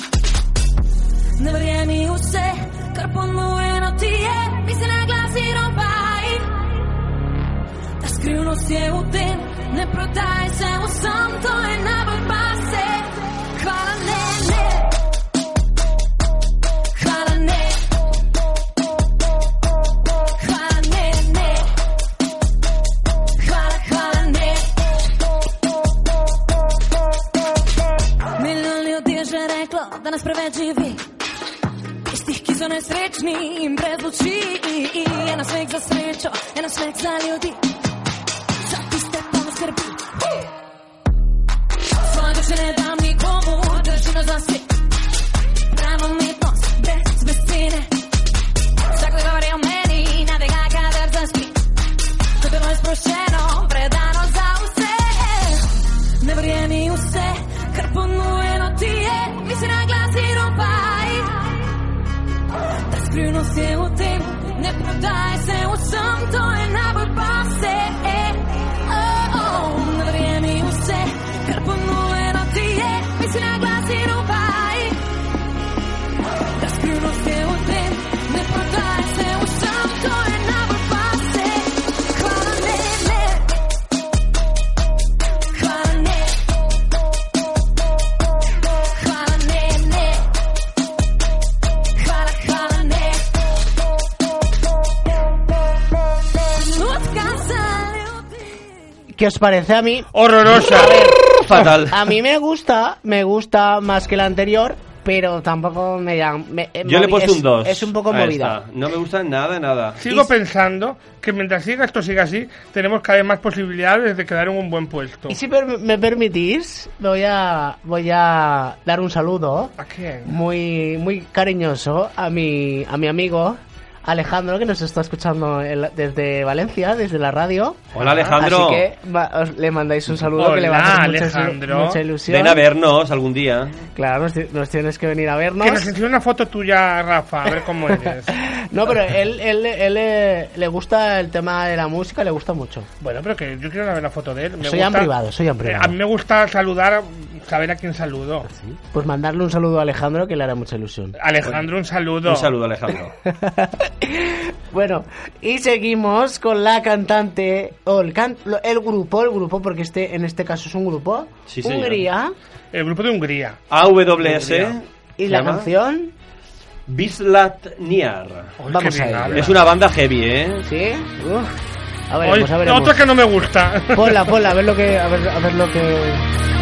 I: Ne verjemi v vse, kar ponujeno ti je, mi se na glas in obaj. Ta skrivnost je v tem, ne prodaj se v sam, to je najbolj pase. Hvala ne, ne. Hvala ne. Hvala ne, ne. Hvala, hvala ne. Milijon ljudi je že reklo, da nas preveč živi. Tistih, ki so nesrečni in brez oči. En nasmeh za srečo, en nasmeh za ljudi. Za tiste, ki ne skrbi. Svojega še ne dam nikomu, drži nas za svet. Pravno umetnost, brez besede. Vsak da govori o meni, ne vega, kadar zaspi. Ko telo je sproščeno, predano za vse. Ne verjemi v vse, kar ponujeno ti je, misli na glas in opaj. Ta skrivnost je v tem, ne prodaj se vsem, to je najbolj pase. Oh, oh, ne verjemi v vse, kar ponujeno ti je, misli na glas in obaj. Ta skrivnost je v tem, ne prodaj se vsem, to je najbolj pase. Hvala ne, ne. Hvala ne. Hvala ne, ne. Hvala, hvala, ne. Trenutka za ljudi.
A: ¿Qué os parece a mí?
B: Horrorosa.
C: Fatal.
A: A mí me gusta, me gusta más que la anterior, pero tampoco me llama... me- eh,
C: Yo le he
A: movi-
C: puesto
A: es-
C: un 2.
A: Es un poco movida.
C: No me gusta nada, nada.
B: Sigo pensando que mientras siga esto siga así, tenemos cada vez más posibilidades de quedar en un buen puesto.
A: Y si per- me permitís, voy a, voy a dar un saludo
B: ¿A quién?
A: muy, muy cariñoso a mi, a mi amigo, Alejandro, que nos está escuchando el- desde Valencia, desde la radio.
C: Hola, Alejandro.
A: Así que va- os- le mandáis un saludo que le va a
F: Hola,
A: hacer mucha-
F: Alejandro.
A: mucha ilusión.
C: Ven a vernos algún día.
A: Claro, nos, ti- nos tienes que venir a
F: Que nos
A: vernos.
F: enseñe una foto tuya, Rafa, a ver cómo eres.
A: No, pero él, él, él, eh, le gusta el tema de la música, le gusta mucho.
F: Bueno, pero que yo quiero ver la foto de él. Me
A: Soy
F: gusta-
A: en privado, soy en
F: Eh, A
A: privado.
F: mí me gusta saludar, saber a quién
C: ¿Ah,
F: saludo.
A: Pues mandarle un saludo a Alejandro que le hará mucha ilusión.
F: Alejandro, un saludo.
C: Un saludo, Alejandro.
A: Bueno, y seguimos con la cantante, o el, can- lo- el grupo, el grupo, porque este en este caso es un grupo,
C: Sí, señor.
A: Hungría,
F: El grupo de Hungría.
C: AWS.
A: y
C: se
A: la
C: llama
A: canción,
C: Bislatniar.
F: Uy,
A: Vamos
F: qué
A: a
F: bien
A: ello.
F: habla.
C: Es una banda heavy, ¿eh?
A: ¿sí? Uf. A ver,
F: Uy,
A: pues a ver.
F: Otra que no me gusta.
A: Ponla, ponla, a ver lo que, a ver, a ver lo que.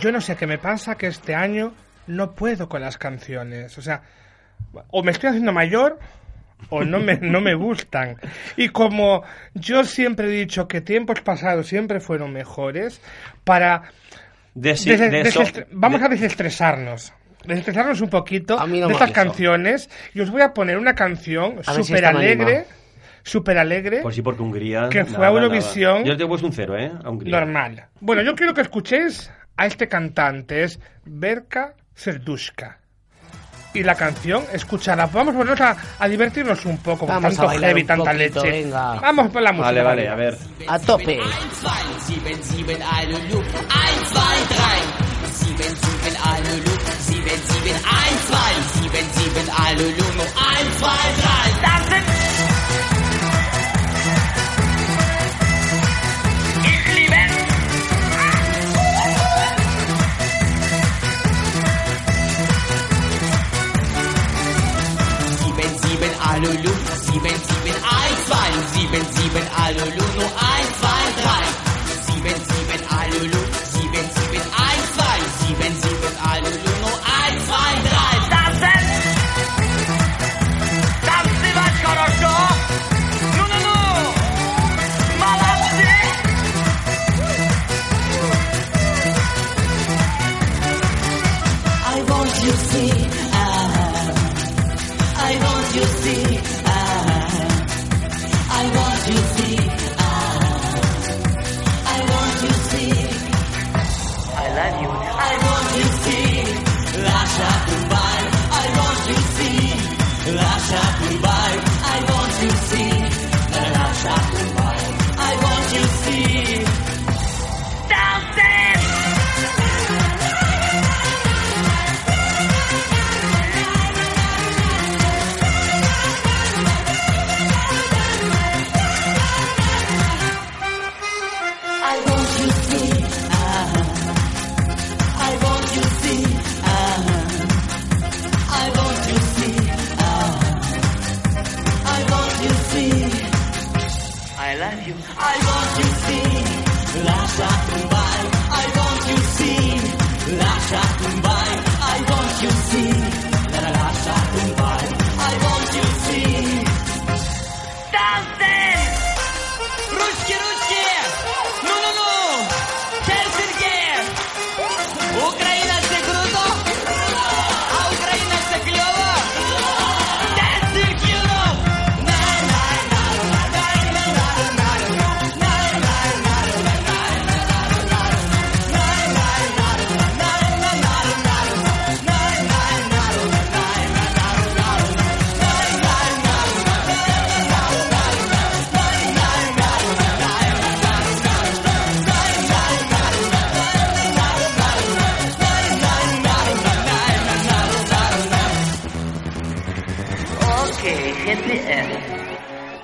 F: Yo no sé qué me pasa que este año no puedo con las canciones. O sea, o me estoy haciendo mayor o no me, no me gustan. Y como yo siempre he dicho que tiempos pasados siempre fueron mejores, para...
C: Desi-
F: dese-
C: deso-
F: desestre- vamos
C: de-
F: a desestresarnos. Desestresarnos un poquito
A: A mí
F: de
A: no me
F: estas
A: molesta.
F: canciones. Y os voy a poner una canción
A: A ver si
F: súper
A: esta me
F: alegre.
A: anima.
F: Súper alegre.
C: Pues sí, porque Hungría.
F: Que fue a Eurovisión.
C: nada. Yo te he puesto un cero, ¿eh? A Hungría.
F: normal. Bueno, yo quiero que escuchéis a este cantante, es Berka Serdushka. Y la canción, escúchala. Vamos ponernos a, a divertirnos un poco con
A: Vamos a
F: tanto
A: bailar
F: heavy,
A: un
F: tanta
A: poquito,
F: leche.
A: venga.
F: Vamos por la música.
C: Vale, vale, a ver.
A: A tope.
J: I want you see, ah. uh, I want you see, ah. I want you see, ah.
F: uh,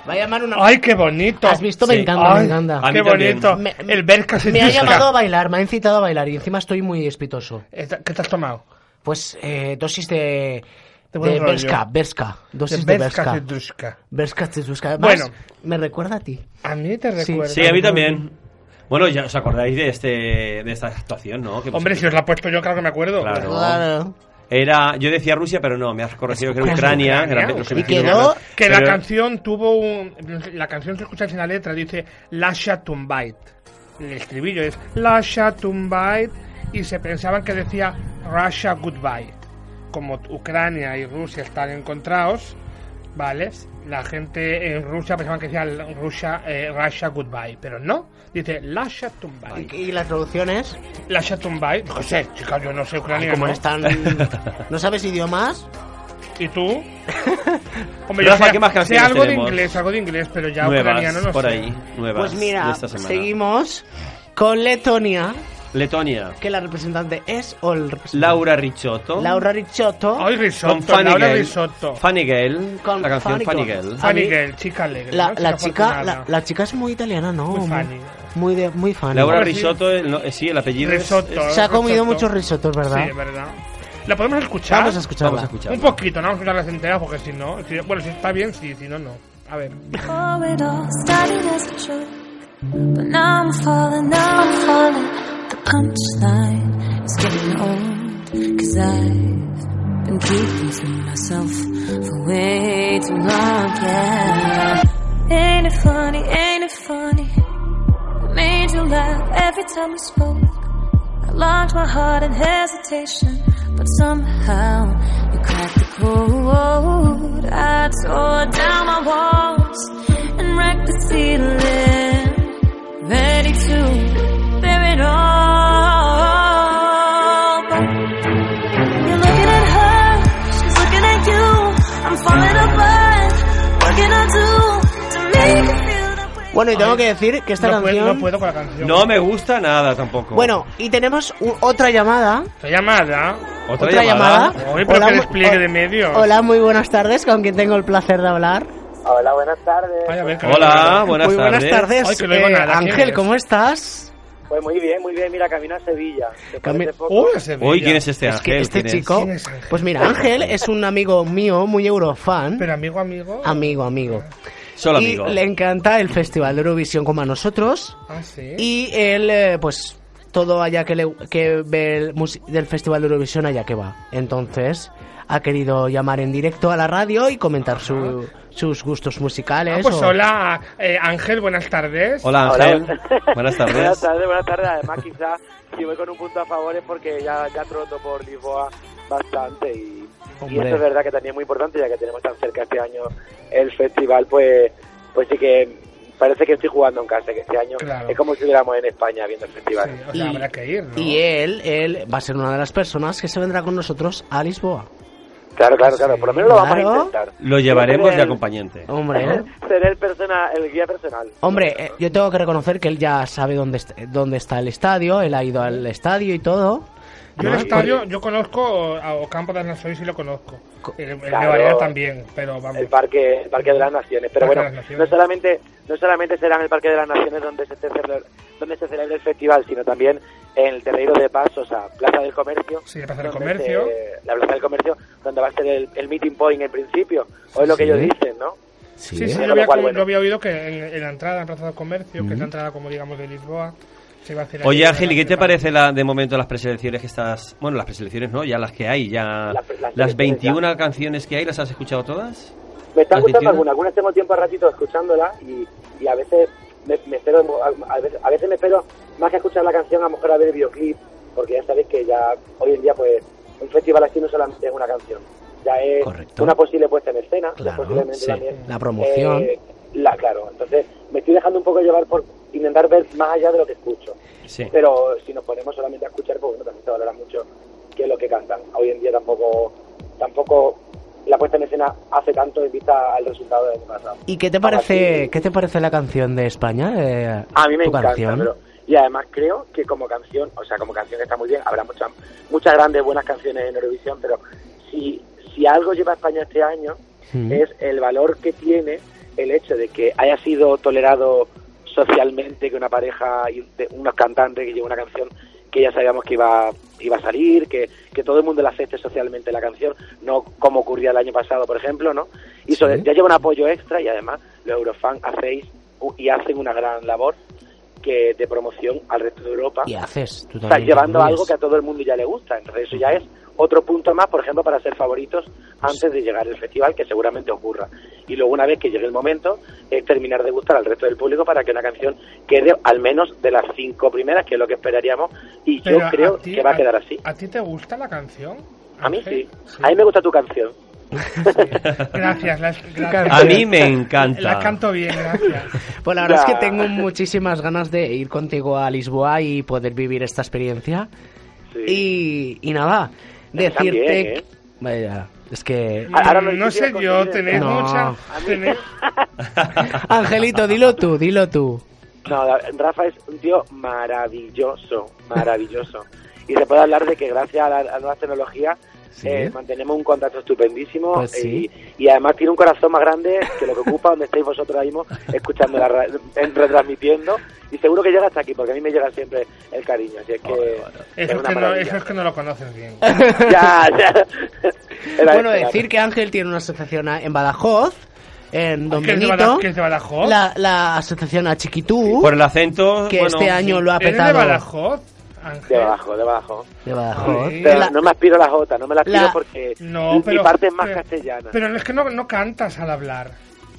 A: Vaya mano una...
B: Ay, qué bonito.
A: Has visto, me
C: Sí.
A: encanta,
B: Ay,
A: me encanta.
C: A mí
B: Qué
C: también.
B: bonito.
A: Me-
B: el ver que se
A: Me ha
B: disca.
A: llamado a bailar, me ha incitado a bailar y encima estoy muy espitoso.
B: Esta- ¿Qué te has tomado?
A: Pues eh, dosis de...
B: De buen
A: De
B: rollo.
A: Berska, Berska. Dosis de
B: De Berska
A: Berska.
B: Sedruska.
A: Berska Tsetsuska. Además,
B: Bueno.
A: me recuerda a ti.
B: A mí te
A: Sí.
B: recuerda.
C: Sí, a mí también. Bueno, ya os acordáis de este de esta actuación, ¿no? Que-
B: Hombre, si os la he puesto yo, claro que me acuerdo.
C: Claro. Era, yo decía Rusia, pero no, me has corregido que era Ucrania.
B: Ucrania,
C: eran los
B: Ucrania.
A: Y quedó-
B: Que la
C: Pero-
B: canción tuvo un. La canción que escucháis en la letra dice Lasha Tumbait. El estribillo es Lasha Tumbait. Y se pensaban que decía Russia Goodbye. Como Ucrania y Rusia están encontrados, ¿vale? La gente en Rusia pensaban que decía Russia, eh, Russia Goodbye. Pero no, dice Lasha Tumbait.
A: Y, y la traducción es...
B: Lasha Tumbait. No sé, chica, yo no sé ucraniano.
A: Como
B: ¿no?
A: están... ¿No sabes idiomas?
B: ¿Y tú? Hombre,
C: Rafa,
B: sé-
C: ¿qué más
B: sé
C: canciones
B: algo
C: tenemos?
B: de inglés, algo de inglés, pero ya ucraniano
C: nuevas
B: no
C: por
B: sé.
C: ahí. Nuevas
A: Pues
C: de
A: mira,
C: esta semana.
A: seguimos con Letonia,
C: Letonia.
A: que la representante es Ol-
C: Laura Richotto.
A: Laura Richotto.
B: Hoy risotto,
C: Con Fanny
B: Laura
C: Gale.
B: risotto.
C: Fanny Gale.
A: Con
C: la canción
A: Fanny
C: Fanny
A: Gale.
C: Gale.
A: A mí-
B: Fanny Gale, chica alegre.
A: La,
B: ¿no?
A: la chica,
B: afortunada.
A: la, la chica es muy italiana, ¿no?
B: Muy funny.
A: Muy, de, muy funny.
C: Laura
B: Ahora sí.
C: Richotto, el no- eh, sí, el apellido es-
B: Risotto.
A: Se ha comido
B: risotto.
A: muchos risotos, ¿verdad?
B: Sí, es verdad. ¿La podemos escuchar?
A: Vamos a
C: es- Vamos
A: escucharla.
C: a escuchar.
B: Un poquito, no vamos a escucharlas enteras porque si no. si- bueno, si está bien, sí, si no, no. A ver.
F: Oh, it all started as a joke, but now I'm falling, now I'm falling. The punchline is getting old, cause I've been keeping to myself for way too long, yeah. Ain't it funny, ain't it funny? I made you laugh every time we spoke. I locked my heart in hesitation, but somehow you cracked the code. I tore down my walls and wrecked the ceiling, ready to bear it all. But you're looking at her, she's looking at you. I'm falling apart. What can I do to make you feel that way?
A: Bueno, y tengo que decir que esta
B: no,
A: canción.
B: puedo, no puedo con la canción.
C: No me gusta nada tampoco.
A: Bueno, y tenemos u- otra llamada.
B: Esta llamada.
C: otra, llamada.
B: Uy, pero qué
A: mu-
B: despliegue
A: o-
B: de medios.
A: Oh, Hola, muy buenas tardes, con quien tengo el placer de hablar.
E: Hola, buenas tardes.
B: Ay, a ver, que
C: Hola,
B: no-
C: buenas
A: muy
C: tardes.
A: buenas tardes. eh,
B: Ay, que no oigo nada, ¿quién
A: Ángel,
B: eres?
A: ¿cómo estás?
E: Pues muy bien, muy bien. Mira, camino a Sevilla. ¿Te
A: Cami-
E: parece poco?
B: Uy, ese
C: Hoy,
B: brillo.
C: ¿quién es este
A: Es que
C: Ángel?
A: este
C: ¿Quién es?
A: chico.
B: ¿Quién es Ángel?
A: Pues mira, Ángel es un amigo mío, muy eurofan.
B: Pero amigo, amigo.
A: Amigo, amigo.
C: Solo
A: y
C: amigo.
A: le encanta el Festival de Eurovisión como a nosotros.
B: Ah, sí.
A: Y él, eh, pues, todo allá que, le, que ve el mus- del Festival de Eurovisión, allá que va. Entonces, ha querido llamar en directo a la radio y comentar su- sus gustos musicales.
B: Ah, pues
A: o-
B: hola, eh, Ángel, buenas tardes.
C: Hola, Ángel. Buenas
E: Buenas
C: tardes.
E: tardes, buenas tardes. Además, quizás si voy con un punto a favor es porque ya, ya troto por Lisboa bastante y, y
A: Hombre.
E: eso es verdad que también es muy importante ya que tenemos tan cerca este año el festival, pues, pues sí que parece que estoy jugando en casa, que este año
B: Claro.
E: es como si estuviéramos en España viendo el
B: Sí,
E: festival.
B: o sea,
A: Y-
B: pues habrá que ir, ¿no?
A: Y él, él va a ser una de las personas que se vendrá con nosotros a Lisboa.
E: Claro, claro, claro, por lo menos lo vamos
A: Claro.
E: a intentar.
C: Lo llevaremos
E: Seré
C: de
E: el-
C: acompañante.
A: Hombre, ¿eh?
E: Seré el, persona, el guía personal.
A: hombre, eh, yo tengo que reconocer que él ya sabe dónde, est- dónde está el estadio, él ha ido al estadio y todo.
B: Yo
A: ¿no?
B: el estadio, yo conozco a Ocampo de Anasoy, sí lo conozco. El, el de
E: Claro.
B: Varela también, pero vamos.
E: el parque el parque de las naciones pero
B: Parque
E: bueno
B: de las Naciones.
E: no solamente no solamente será en el parque de las naciones donde se celebra, donde se celebra el festival sino también en el terreiro de Paz o sea plaza del comercio
B: Sí, la Plaza del
E: donde
B: Comercio.
E: se- la plaza del comercio donde va a ser el, el meeting point en principio o es lo que ellos dicen no
B: sí, sí,
E: Pero
B: yo, había,
E: lo cual,
B: yo
E: bueno.
B: había oído que en, en la entrada, en Plaza del Comercio, que es la entrada, como digamos, de Lisboa, se iba a hacer. ahí
C: Oye,
B: una
C: Ángel, ¿y qué te
B: gran-
C: parece la, de momento las preselecciones que estás... Bueno, las preselecciones no, ya las que hay, ya...
E: Las pre- las
C: Las
E: preselecciones
C: 21 canciones que hay, ¿las has escuchado todas?
E: me están
C: ¿Las
E: gustando
C: 21?
E: algunas algunas tengo tiempo a ratito escuchándola y, y a veces me, me espero a veces, a veces me espero más que escuchar la canción a lo mejor a ver el videoclip porque ya sabéis que ya hoy en día pues un festival así no solamente es una canción ya es
C: Correcto.
E: una posible puesta en escena
A: Claro,
E: posiblemente
A: sí.
E: también
A: La promoción.
E: eh, la claro entonces me estoy dejando un poco llevar por intentar ver más allá de lo que escucho
C: Sí.
E: pero si nos ponemos solamente a escuchar, pues bueno, también se valora mucho qué es lo que cantan. Hoy en día tampoco tampoco la puesta en escena hace tanto en vista al resultado del año pasado.
A: ¿Y qué te parece, qué te parece la canción de España? eh,
E: A mí me
A: tu
E: encanta,
A: canción?
E: pero- y además creo que como canción, o sea, como canción está muy bien, habrá muchas muchas grandes buenas canciones en Eurovisión, pero si si algo lleva España este año
A: Mm.
E: es el valor que tiene el hecho de que haya sido tolerado socialmente que una pareja y de- unos cantantes que lleve una canción que ya sabíamos que iba iba a salir, que, que todo el mundo la acepte socialmente la canción, no como ocurría el año pasado, por ejemplo, ¿no? Y sobre- ya lleva un apoyo extra y además los Eurofans hacéis u- y hacen una gran labor que de promoción al resto de Europa.
A: Y haces, tú
E: Está
A: también
E: llevando
A: incluyes.
E: algo que a todo el mundo ya le gusta. Entonces eso ya es otro punto más, por ejemplo, para ser favoritos antes de llegar el festival, que seguramente ocurra. Y luego una vez que llegue el momento, es terminar de gustar al resto del público para que una canción quede al menos de las cinco primeras, que es lo que esperaríamos. Y yo
B: Pero a
E: creo
B: ti-
E: que va a quedar así.
B: ¿A ti te gusta la canción?
E: A mí
B: Ángel?
E: sí. A mí me gusta tu canción.
B: Gracias, las- gracias.
C: A mí me encanta.
B: La canto bien, gracias.
A: Pues la verdad es
E: Ya.
A: que tengo muchísimas ganas de ir contigo a Lisboa y poder vivir esta experiencia.
E: Sí.
A: Y, y nada, decirte...
E: también, ¿eh?
A: que- Vaya, es que...
E: Ah, ahora lo
B: no sé
E: quisiera
B: yo,
E: conseguir.
B: tenéis
A: No.
B: mucha...
E: A mí-
B: tenéis-
A: Angelito, dilo tú, dilo tú.
E: No, la- Rafa es un tío maravilloso, maravilloso. Y se puede hablar de que gracias a la- a las nuevas tecnologías
A: Sí.
E: eh, mantenemos un contacto estupendísimo
A: Pues
E: eh,
A: sí.
E: y, y además tiene un corazón más grande que lo que ocupa donde estáis vosotros ahora mismo escuchando la ra- en- retransmitiendo y seguro que llega hasta aquí porque a mí me llega siempre el cariño así es que es
B: Eso, es
E: una
B: que no,
E: maravilla.
B: eso es que no lo conoces bien.
E: ya, ya. Era
A: Bueno,
E: esperar.
A: decir que Ángel tiene una asociación a- en Badajoz, en Don
B: ¿Qué es de
A: Benito,
B: Badajoz? ¿Qué es de Badajoz?
A: la, la asociación a Chiquitú,
C: Por el acento.
A: que
C: bueno,
A: este año lo ha
B: ¿Eres de
A: petado
B: Badajoz, Ángel?
E: de abajo de abajo
A: de Badajoz.
B: Sí.
E: Pero
A: La-
E: no me aspiro la jota no me la aspiro
A: la-
E: porque
B: No, pero...
E: mi parte es más
B: pero-
E: castellana
B: Pero es que no, no cantas al hablar.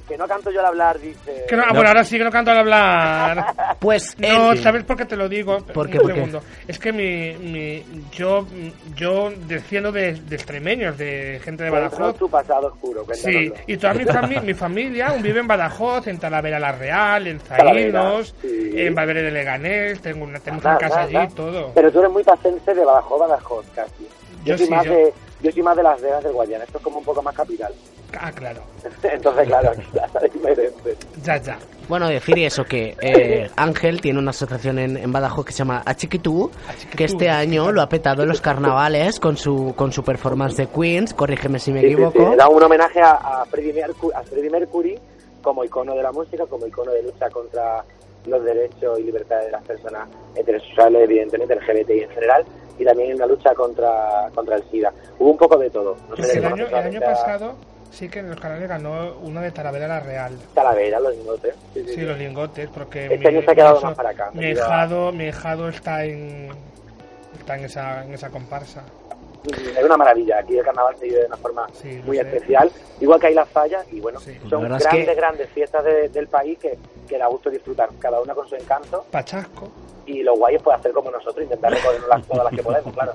E: que no canto yo al hablar dice
B: Que no- ah,
C: No.
B: Bueno, ahora sí que no canto al hablar.
A: Pues
B: No,
A: él-
B: ¿sabes por qué te lo digo?
A: ¿Por qué,
B: Un
A: por qué?
B: segundo. Es que mi, mi, yo, yo desciendo de, de extremeños, de gente de
E: Cuéntanos
B: Badajoz.
E: tu pasado oscuro
B: Sí,
E: cuéntanoslo.
B: y toda mi, fami- mi familia aún vive en Badajoz, en Talavera la Real, en
E: Talavera,
B: Zainos,
E: sí.
B: en Valverde de Leganés, tengo una, tenemos
E: Anda,
B: una casa
E: anda,
B: allí,
E: anda.
B: todo.
E: Pero tú eres muy pacense de Badajoz, Badajoz, casi. Yo,
B: Yo
E: soy
B: sí,
E: más
B: yo-
E: de yo soy más de Las Vegas del Guayana, esto es como un poco más capital.
B: Ah, claro,
E: Entonces, claro, aquí está diferente.
B: ya, ya.
A: Bueno, decir eso, que eh, Ángel tiene una asociación en, en Badajoz que se llama Achiquitú,
B: Achiquitú.
A: que este año lo ha petado en los carnavales con su, con su performance de Queens, corrígeme si me
E: Sí, sí,
A: equivoco.
E: sí, Da un homenaje a, a Freddie Mercu- a Freddie Mercury como icono de la música, como icono de lucha contra los derechos y libertades de las personas heterosexuales, evidentemente, LGBTI en general, y también en la lucha contra, contra el SIDA. Hubo un poco de todo. No
B: Pues
E: le
B: el
E: conoce
B: año, el año
E: solamente a
B: pasado sí que en los canales ganó uno de Talavera la Real.
E: Talavera, los lingotes. Sí, sí,
B: Sí,
E: sí.
B: los lingotes, porque...
E: Este año se ha quedado más para acá,
B: Mi
E: me queda-
B: hijado, mi ahijado está en... Está en esa, en esa comparsa.
E: Es una maravilla. Aquí el carnaval se vive de una forma
B: Sí, lo
E: muy
B: sé.
E: especial. Igual que hay las fallas, y bueno,
B: Sí.
A: La
E: son
A: verdad
E: grandes,
A: es que-
E: grandes fiestas de- del país que, que da gusto disfrutar. Cada una con su encanto,
B: Pachasco.
E: y los guayes puede hacer como nosotros, intentar recorrerlas todas las que podemos, claro.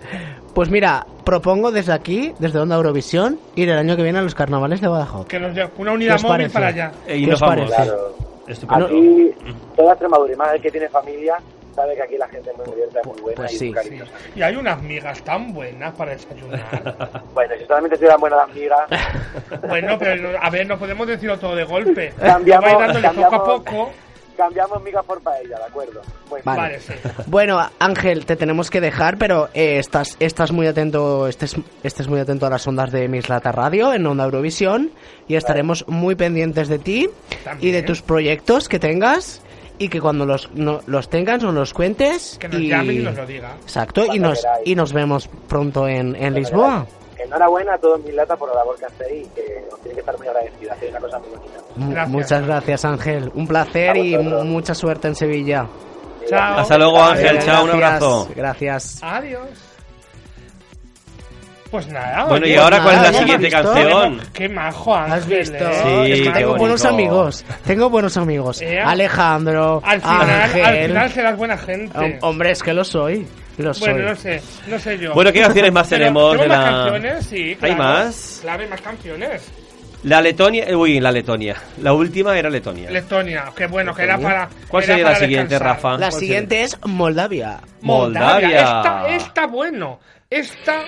A: Pues mira, propongo desde aquí, desde Onda Eurovisión, ir el año que viene a los carnavales de Badajoz.
B: Que nos lleve una
A: ¿Qué
B: unidad
A: os
B: móvil
A: parece?
B: para allá.
C: eh, y
A: ¿Qué os
C: nos vamos.
A: parece?
E: Claro.
C: Estupendo.
E: Aquí, toda Extremadura, y más el que tiene familia, sabe que aquí la gente es muy abierta, es muy buena
A: Pues
E: y
A: sí,
E: muy
B: Sí.
E: cariñosa.
B: Y hay unas migas tan buenas para desayunar.
E: Bueno, si solamente se dan buenas las migas,
B: bueno, pero a ver, no podemos decirlo todo de golpe.
E: Cambiamos-
B: Vais dándole poco a
E: cambiamos-
B: poco.
E: cambiamos migas por paella, ¿de acuerdo? Bueno,
A: Vale.
B: Vale, sí.
A: Bueno, Ángel, te tenemos que dejar, pero eh, estás, estás muy atento, estés, estés muy atento a las ondas de Mislata Radio en Onda Eurovisión y estaremos muy pendientes de ti
B: También.
A: y de tus proyectos que tengas y que cuando los, no- los tengas nos los cuentes.
B: Que nos llamen y nos lo diga.
A: Exacto, y
E: Cuando
A: nos,
E: queráis.
A: y nos vemos pronto en, en Lisboa.
E: Enhorabuena a todos mis latas por la labor que hacéis y que os tiene que estar muy agradecida, hacéis una cosa muy bonita.
A: Mu-
B: Gracias.
A: Muchas gracias, Ángel. Un placer
E: A
A: y mu-
E: vosotros.
A: muchas suerte en Sevilla.
B: Chao.
C: Hasta luego, Ángel.
A: Eh,
C: Chao, un
A: gracias,
C: abrazo.
A: Gracias.
B: Adiós. Pues nada.
C: Bueno,
B: oye,
C: y ahora, ¿cuál es la
A: nada,
C: siguiente
A: ¿hemos visto?
C: canción?
B: Qué majo, Ángel.
A: ¿Has visto?
B: ¿eh?
C: Sí,
A: es que
C: qué
A: tengo
C: bonito.
A: buenos amigos. Tengo buenos amigos.
B: Eh,
A: Alejandro,
B: Al final,
A: Ángel.
B: al final serás buena gente.
A: Hom- Hombre, es que lo soy. Lo
B: Bueno,
A: soy.
B: no sé, no sé yo.
C: Bueno, ¿qué canciones más
B: Pero
C: tenemos? de
B: ¿Tenemos más
C: la-
B: canciones? Sí, claro.
C: ¿Hay más?
B: Claro, hay más canciones.
C: La Letonia. eh, Uy, la Letonia. La última era Letonia.
B: Letonia, qué bueno, que era para...
C: ¿Cuál
B: era
C: sería
B: para
C: la siguiente,
B: descansar.
C: Rafa?
A: La
C: ¿Cuál
A: siguiente es Moldavia.
C: Moldavia.
B: Esta, esta bueno. Esta...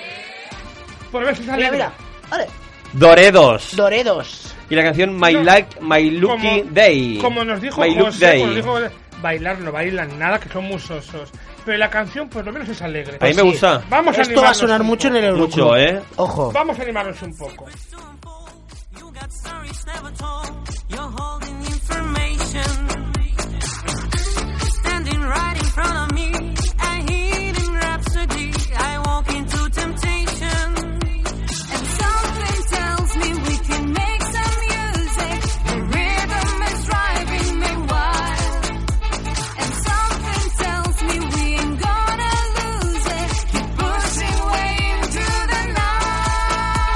B: Por ver si sale...
A: Mira, mira. Vale.
C: sería? Doredos.
A: Doredos.
C: Y la canción My
B: No.
C: Like, My Lucky
B: Como-
C: Day.
B: Como nos dijo
C: My Look
B: José, como
C: Day.
B: nos dijo, bailar no bailan nada, que son muy sosos. Pero la canción, por lo menos, es alegre.
C: A mí me gusta.
B: Vamos a
A: Esto va a
B: animarnos
A: sonar
B: un
A: mucho en
B: poco.
A: el Euroclub.
C: Mucho, ¿eh?
A: Ojo.
B: Vamos a animarnos un poco.
F: You got stories never told. You're holding
I: station. Standing right in front of me, a hidden rhapsody. I walk into temptation.
F: And something tells me we can make some music. The rhythm is driving me wild. And something tells me we ain't gonna lose it. Keep pushing way into the night.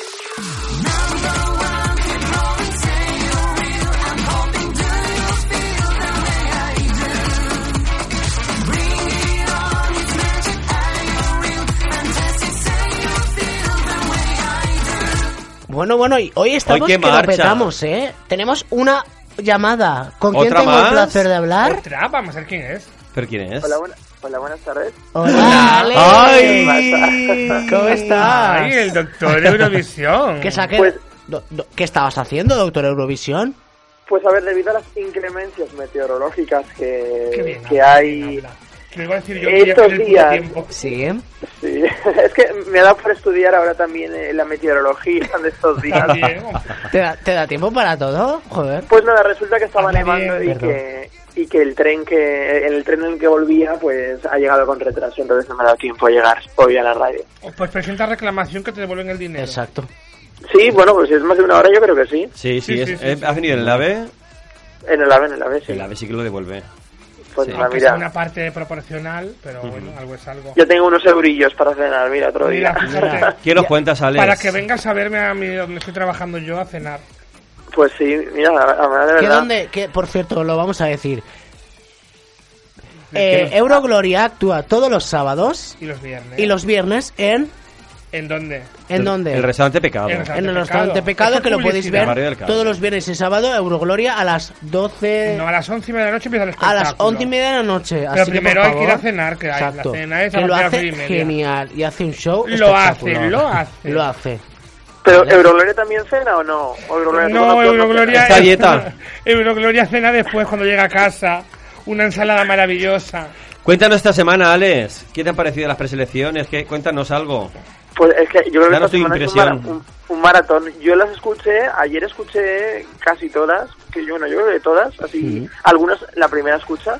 F: Number one, you know and say you will. I'm hoping do you feel the way I do? Bring it on, it's magic. Are you real? Fantastic, say you feel the way I do.
A: Bueno, bueno, y hoy estamos
C: qué
A: que lo
C: marcha.
A: petamos, ¿eh? Tenemos una llamada. ¿Con quién
C: ¿Otra
A: tengo
C: más?
A: el placer de hablar?
B: Otra, vamos a ver quién es.
C: ¿Pero quién es?
K: Hola, buena- hola, buenas tardes.
A: Hola, Ale.
B: ¡Ay!
A: ¿Cómo estás?
B: ¡Ay, el doctor Eurovisión!
A: ¿Qué, saqué?
K: Pues-
A: Do- do- ¿Qué estabas haciendo, doctor Eurovisión?
K: Pues a ver, debido a las inclemencias meteorológicas que,
B: Qué bien
K: que
B: habla,
K: hay...
B: qué bien habla. Que le iba a decir yo
K: Estos
B: que ya en el puto
K: días.
B: tiempo.
A: Sí.
K: Sí, es que me da por estudiar ahora también eh, la meteorología de estos días.
B: También,
A: ¿Te da, te da tiempo para todo? Joder.
K: Pues nada, resulta que estaba
B: Habla
K: nevando
B: bien,
K: y que, y que el tren que en el tren en el que volvía pues ha llegado con retraso, entonces no me ha dado tiempo a llegar hoy a la radio.
B: Pues presenta reclamación que te devuelven el dinero.
A: Exacto.
K: Sí, bueno, pues si es más de una hora yo creo que sí.
C: Sí, sí,
B: Sí,
C: es-
B: sí, sí,
C: eh,
B: sí.
C: ¿Has venido en el AVE?
K: En el AVE, en el AVE, sí.
C: El AVE sí que lo devuelve.
K: Pues
C: sí.
K: nada,
B: Aunque sea una
K: mira,
B: parte proporcional, pero bueno, algo es algo.
K: yo tengo unos eurillos para cenar, mira, otro
B: Mira,
K: día.
B: fíjate,
C: ¿Qué nos cuentas, Alex?
B: para que vengas a verme a mí donde estoy trabajando yo a cenar.
K: Pues sí, mira, la- la verdad, de
A: ¿Qué
K: verdad.
A: dónde? qué- por cierto, lo vamos a decir.
B: ¿De
A: Eh,
B: qué?
A: Eurogloria actúa todos los sábados
B: Y los viernes.
A: y los viernes en...
B: ¿En dónde?
A: ¿En dónde?
C: El restaurante Pecado.
B: El restaurante.
A: en el
B: Pecado.
A: restaurante
B: Eso
A: Pecado,
B: es
A: que lo
B: publicidad.
A: podéis
C: Barrio
A: ver
C: del Cabo.
A: todos los viernes y sábado, Eurogloria, a las 12...
B: No, a las once y media de la noche empieza el
A: a
B: espectáculo.
A: las once y media de la noche.
B: Pero
A: así que,
B: primero
A: por
B: hay que ir
A: favor,
B: a cenar, que hay- la
A: exacto,
B: cena es a
A: que lo
B: las
A: hace
B: once y media.
A: genial y hace un show.
B: Lo hace,
A: espectacular.
B: lo hace.
A: Lo hace.
K: Pero Eurogloria también cena o no? ¿O Eurogloria
B: No, Eurogloria.
C: Está dieta.
B: Eurogloria cena después cuando llega a casa. Una ensalada maravillosa.
C: Cuéntanos esta semana, Alex. ¿Qué te han parecido las preselecciones? ¿Qué? Cuéntanos algo.
K: Pues es que yo creo
C: Danos
K: que esta
C: tu
K: semana es un
C: impresión.
K: mara- un, un maratón. Yo las escuché, ayer escuché casi todas, que yo, bueno, yo creo que todas, así,
B: Mm.
K: algunas la primera escucha.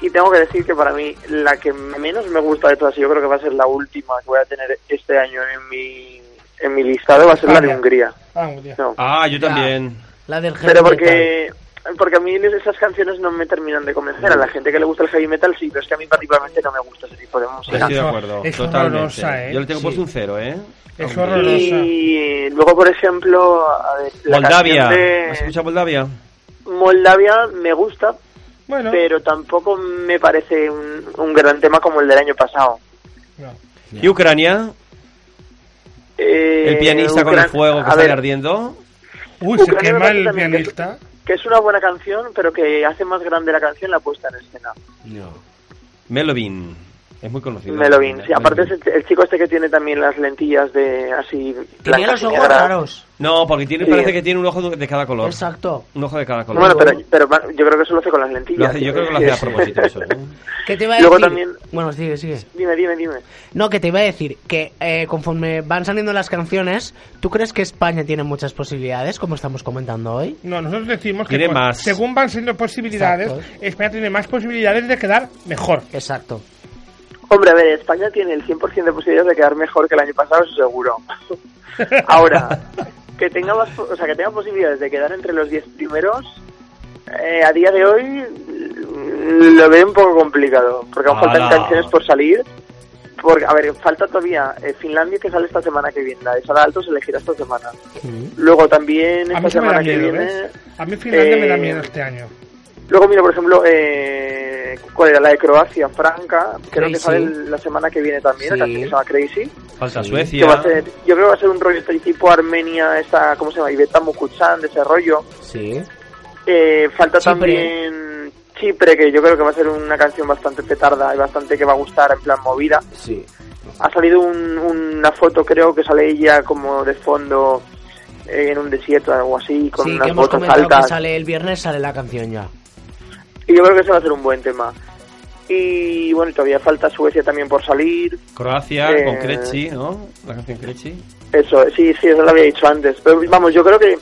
K: Y tengo que decir que para mí la que menos me gusta de todas, y yo creo que va a ser la última que voy a tener este año en mi, en mi listado, va a ser la de
B: Vaya.
K: Hungría.
B: Ah, un día.
K: No.
C: Ah, yo también.
A: La del
K: Pero
A: heavy
K: porque porque a mí esas canciones no me terminan de convencer. A la gente que le gusta el heavy metal sí, pero es que a mí particularmente no me gusta ese tipo de música.
C: Estoy de
B: Eso-
C: acuerdo.
B: es
C: totalmente.
B: horrorosa, ¿eh?
C: Yo le tengo
B: Sí.
C: puesto un cero, ¿eh?
B: Es
C: Hombre.
B: horrorosa.
K: Y eh, luego, por ejemplo, a ver, la
C: Moldavia.
K: canción
C: ¿Has
K: de
C: escuchado Moldavia?
K: Moldavia me gusta,
B: Bueno,
K: pero tampoco me parece un, un gran tema como el del año pasado.
B: no.
C: ¿Y Ucrania?
K: Eh,
C: El pianista con el
K: Ucran-
C: fuego
K: a
C: que sale
K: ver,
C: ardiendo.
B: Uy, se
K: Ucrania me
B: quema
K: parece
B: el
K: también que-
B: pianista.
K: Que es una buena canción, pero que hace más grande la canción la puesta en escena.
C: Melovin. Es muy conocido.
K: Melovin. Sí, aparte
C: Melovin.
K: es el, el chico este que tiene también las lentillas de así...
A: Tenía los
K: blancas y
A: ojos
K: negras.
A: raros.
C: No, porque tiene,
K: Sí.
C: parece que tiene un ojo de cada color.
A: Exacto.
C: Un ojo de cada color.
K: Bueno, pero, pero va- yo creo que eso lo hace con las lentillas.
C: Lo hace- yo creo que lo hace a propósito eso. ¿eh? ¿no?
A: ¿Qué te iba a
K: Luego
A: decir?
K: también-
A: Bueno, sigue, sigue.
K: dime, dime, dime.
A: No, que te iba a decir que eh, conforme van saliendo las canciones, ¿tú crees que España tiene muchas posibilidades, como estamos comentando hoy?
B: No, nosotros decimos que
C: Tiene
B: cu-
C: más.
B: según van siendo posibilidades,
A: Exacto.
B: España tiene más posibilidades de quedar mejor.
A: Exacto.
K: Hombre, a ver, España tiene el 100% de posibilidades de quedar mejor que el año pasado, eso seguro. Ahora, que tenga, más, po- o sea, que tenga posibilidades de quedar entre los 10 primeros, eh, a día de hoy mm, lo veo un poco complicado, porque aún faltan
C: Ala.
K: canciones por salir. Porque, a ver, falta todavía eh, Finlandia que sale esta semana que viene, la de Sara Alto se elegirá esta semana. Luego también
B: A
K: esta
B: mí se me da
K: semana que
B: miedo,
K: viene...
B: ¿ves? A mí Finlandia me da
K: eh,
B: miedo este año.
K: Luego mira, por ejemplo, eh, ¿cuál era? La de Croacia, Franca, creo que
A: Crazy.
K: sale la semana que viene también,
A: Sí.
K: la canción que se llama Crazy.
C: Falta
K: Que va
C: Suecia.
K: a ser, yo creo que va a ser un rollo de tipo Armenia, esta, ¿cómo se llama? Iveta Mukuchan, de ese rollo.
A: Sí.
K: Eh, falta
A: Chipre.
K: también Chipre, que yo creo que va a ser una canción bastante petarda y bastante que va a gustar en plan movida.
A: Sí.
K: Ha salido un- una foto, creo que sale ella como de fondo eh, en un desierto o algo así, con
A: sí, que
K: unas
A: hemos
K: botas
A: comentado
K: altas.
A: que sale el viernes, sale la canción ya.
K: Y yo creo que ese va a ser un buen tema. Y bueno, y todavía falta Suecia también por salir.
C: Croacia
K: Eh,
C: con Crechi, ¿no? La canción Crechi.
K: Eso, sí, sí, eso lo había dicho antes. Pero vamos, yo creo que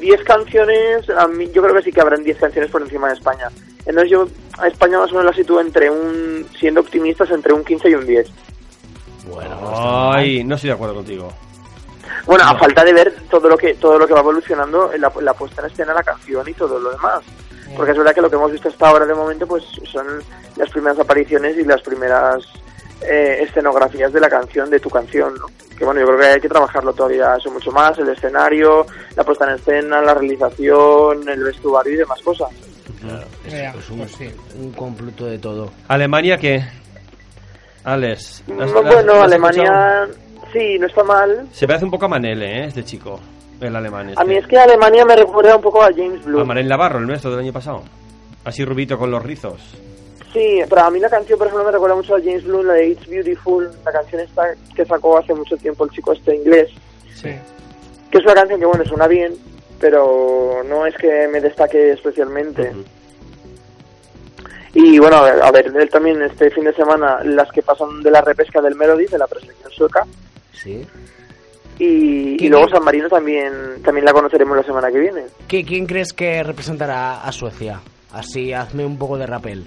K: 10 canciones, a mí- yo creo que sí que habrán 10 canciones por encima de España. Entonces yo a España más o menos la sitúo entre un, siendo optimistas, entre un 15 y un 10.
C: pues Ay, no estoy de acuerdo contigo.
K: Bueno, a falta de ver todo lo que todo lo que va evolucionando, la, la puesta en escena, la canción y todo lo demás. Porque es verdad que lo que hemos visto hasta ahora de momento pues son las primeras apariciones y las primeras eh, escenografías de la canción, de tu canción, ¿no? Que bueno, yo creo que hay que trabajarlo todavía eso mucho más, el escenario, la puesta en escena, la realización, el vestuario y demás cosas.
B: Vea, pues sí.
A: Un completo de todo.
C: ¿Alemania qué? Alex. ¿has- has-
K: No, Mm, bueno,
C: has
K: Alemania
C: escuchado?
K: sí, no está mal.
C: Se parece un poco a Manele, ¿eh? Este chico. El alemán. Este.
K: A mí es que Alemania me recuerda un poco a James Blue.
C: A Manel Navarro, el nuestro del año pasado. Así rubito con los rizos.
K: Sí, pero a mí la canción, por ejemplo, me recuerda mucho a James Blue, la de It's Beautiful, la canción esta que sacó hace mucho tiempo el chico este inglés,
B: Sí.
K: que es una canción que, bueno, suena bien, pero no es que me destaque especialmente. Y bueno, a ver, a ver, él también este fin de semana, las que pasan de la repesca del Melody, de la preselección sueca,
A: Sí.
K: y,
A: ¿Qué
K: y luego
A: bien.
K: San Marino también, también la conoceremos la semana que viene.
A: ¿Qui- ¿Quién crees que representará a Suecia? Así, hazme un poco de rappel.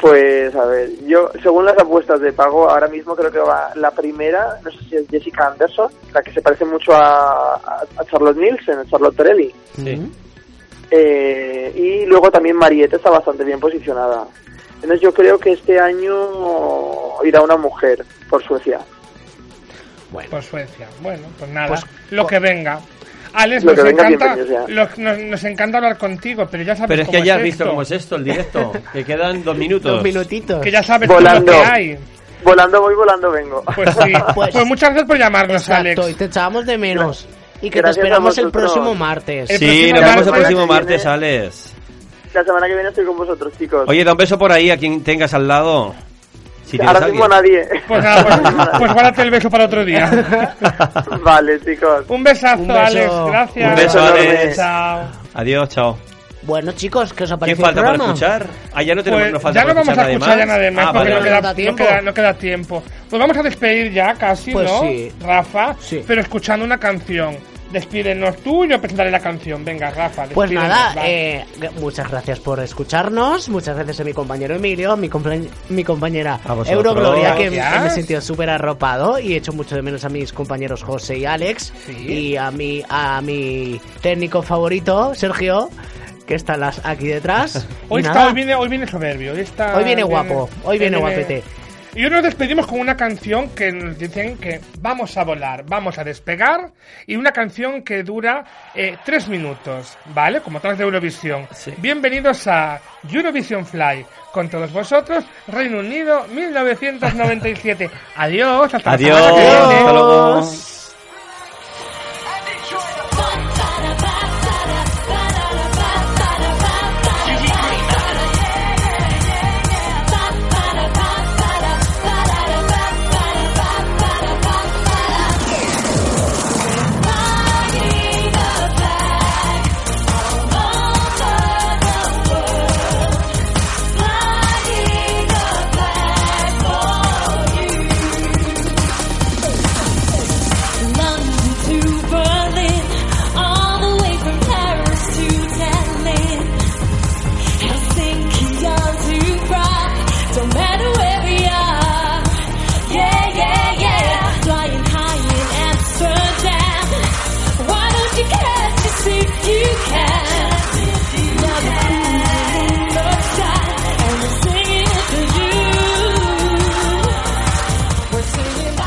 K: Pues a ver, yo según las apuestas de pago, ahora mismo creo que va la primera, no sé si es Jessica Anderson, la que se parece mucho a, a- a Charlotte Nielsen, a Charlotte Torelli.
C: Sí.
K: Eh, y luego también Mariette está bastante bien posicionada. Entonces yo creo que este año irá una mujer por Suecia.
B: Por Suecia. Bueno, pues nada.
K: Pues-
B: lo que venga. Alex,
K: Lo
B: nos
K: que venga,
B: encanta,
K: bienvenido sea.
B: los- nos, nos encanta hablar contigo, pero ya sabes
C: Pero es que
B: cómo
C: ya has
B: es
C: visto
B: esto.
C: cómo es esto, el directo. que quedan dos minutos.
A: Dos minutitos.
B: Que ya sabes
C: Volando.
B: todo lo que hay.
K: Volando voy, volando vengo.
B: Pues sí. pues, muchas gracias por llamarnos,
A: Exacto,
B: Alex.
A: y te echábamos de menos. Y que
K: Gracias
A: te esperamos
K: a
A: el
K: vosotros.
A: próximo martes.
C: Sí, nos vemos el próximo martes, Alex.
K: La semana que viene estoy con vosotros, chicos.
C: Oye, da un beso por ahí a quien tengas al lado. Si tienes
K: ahora
C: alguien.
K: mismo nadie.
B: Pues nada, pues, pues guárdate el beso para otro día.
K: vale, chicos.
B: Un besazo,
A: Un beso.
B: Alex. Gracias.
C: Un beso, Alex.
B: Chao.
C: Adiós, chao.
A: Bueno, chicos, ¿qué os ha
C: ¿Qué
A: parecido el
C: falta para
A: programa?
C: escuchar? Ah, ya no tenemos,
B: Pues
C: no falta
B: ya no
C: para
B: vamos a escuchar ya nada de más
C: Ah,
B: porque
C: vale,
B: no
C: vale.
B: queda,
A: da
B: no
A: tiempo.
B: queda- no queda tiempo. Pues vamos a despedir ya casi,
A: Pues
B: ¿no?
A: sí.
B: Rafa, pero escuchando una canción. Despídenos tú y yo presentaré la canción. Venga, Rafa,
A: Pues
B: despídenos,
A: nada,
B: va.
A: eh, g- muchas gracias por escucharnos, muchas gracias a mi compañero Emilio, mi, compa- mi compañera
C: A vosotros.
A: Eurogloria, que,
B: Gracias.
A: que me he sentido súper arropado y he hecho mucho de menos a mis compañeros José y Alex y a mi, a mi técnico favorito, Sergio, que está las, aquí detrás.
B: Hoy,
A: y
B: está,
A: nada,
B: hoy, viene, hoy viene soberbio. Hoy, está,
A: Hoy viene guapo, hoy viene guapete.
B: Y hoy nos despedimos con una canción que nos dicen que vamos a volar, vamos a despegar. Y una canción que dura eh, tres minutos, ¿vale? Como atrás de Eurovisión. Bienvenidos a Eurovision Fly. Con todos vosotros, Reino Unido 1997. Adiós, hasta
C: Adiós,
B: la semana que viene.
C: hasta luego.
F: London to Berlin, all the way from Paris to Tallinn. Helsinki on to Prague, don't matter where we are. Yeah, yeah, yeah. Flying high in Amsterdam. Why don't you catch us if you can? Now the cool in the sky, and we're singing it for you. We're singing bye.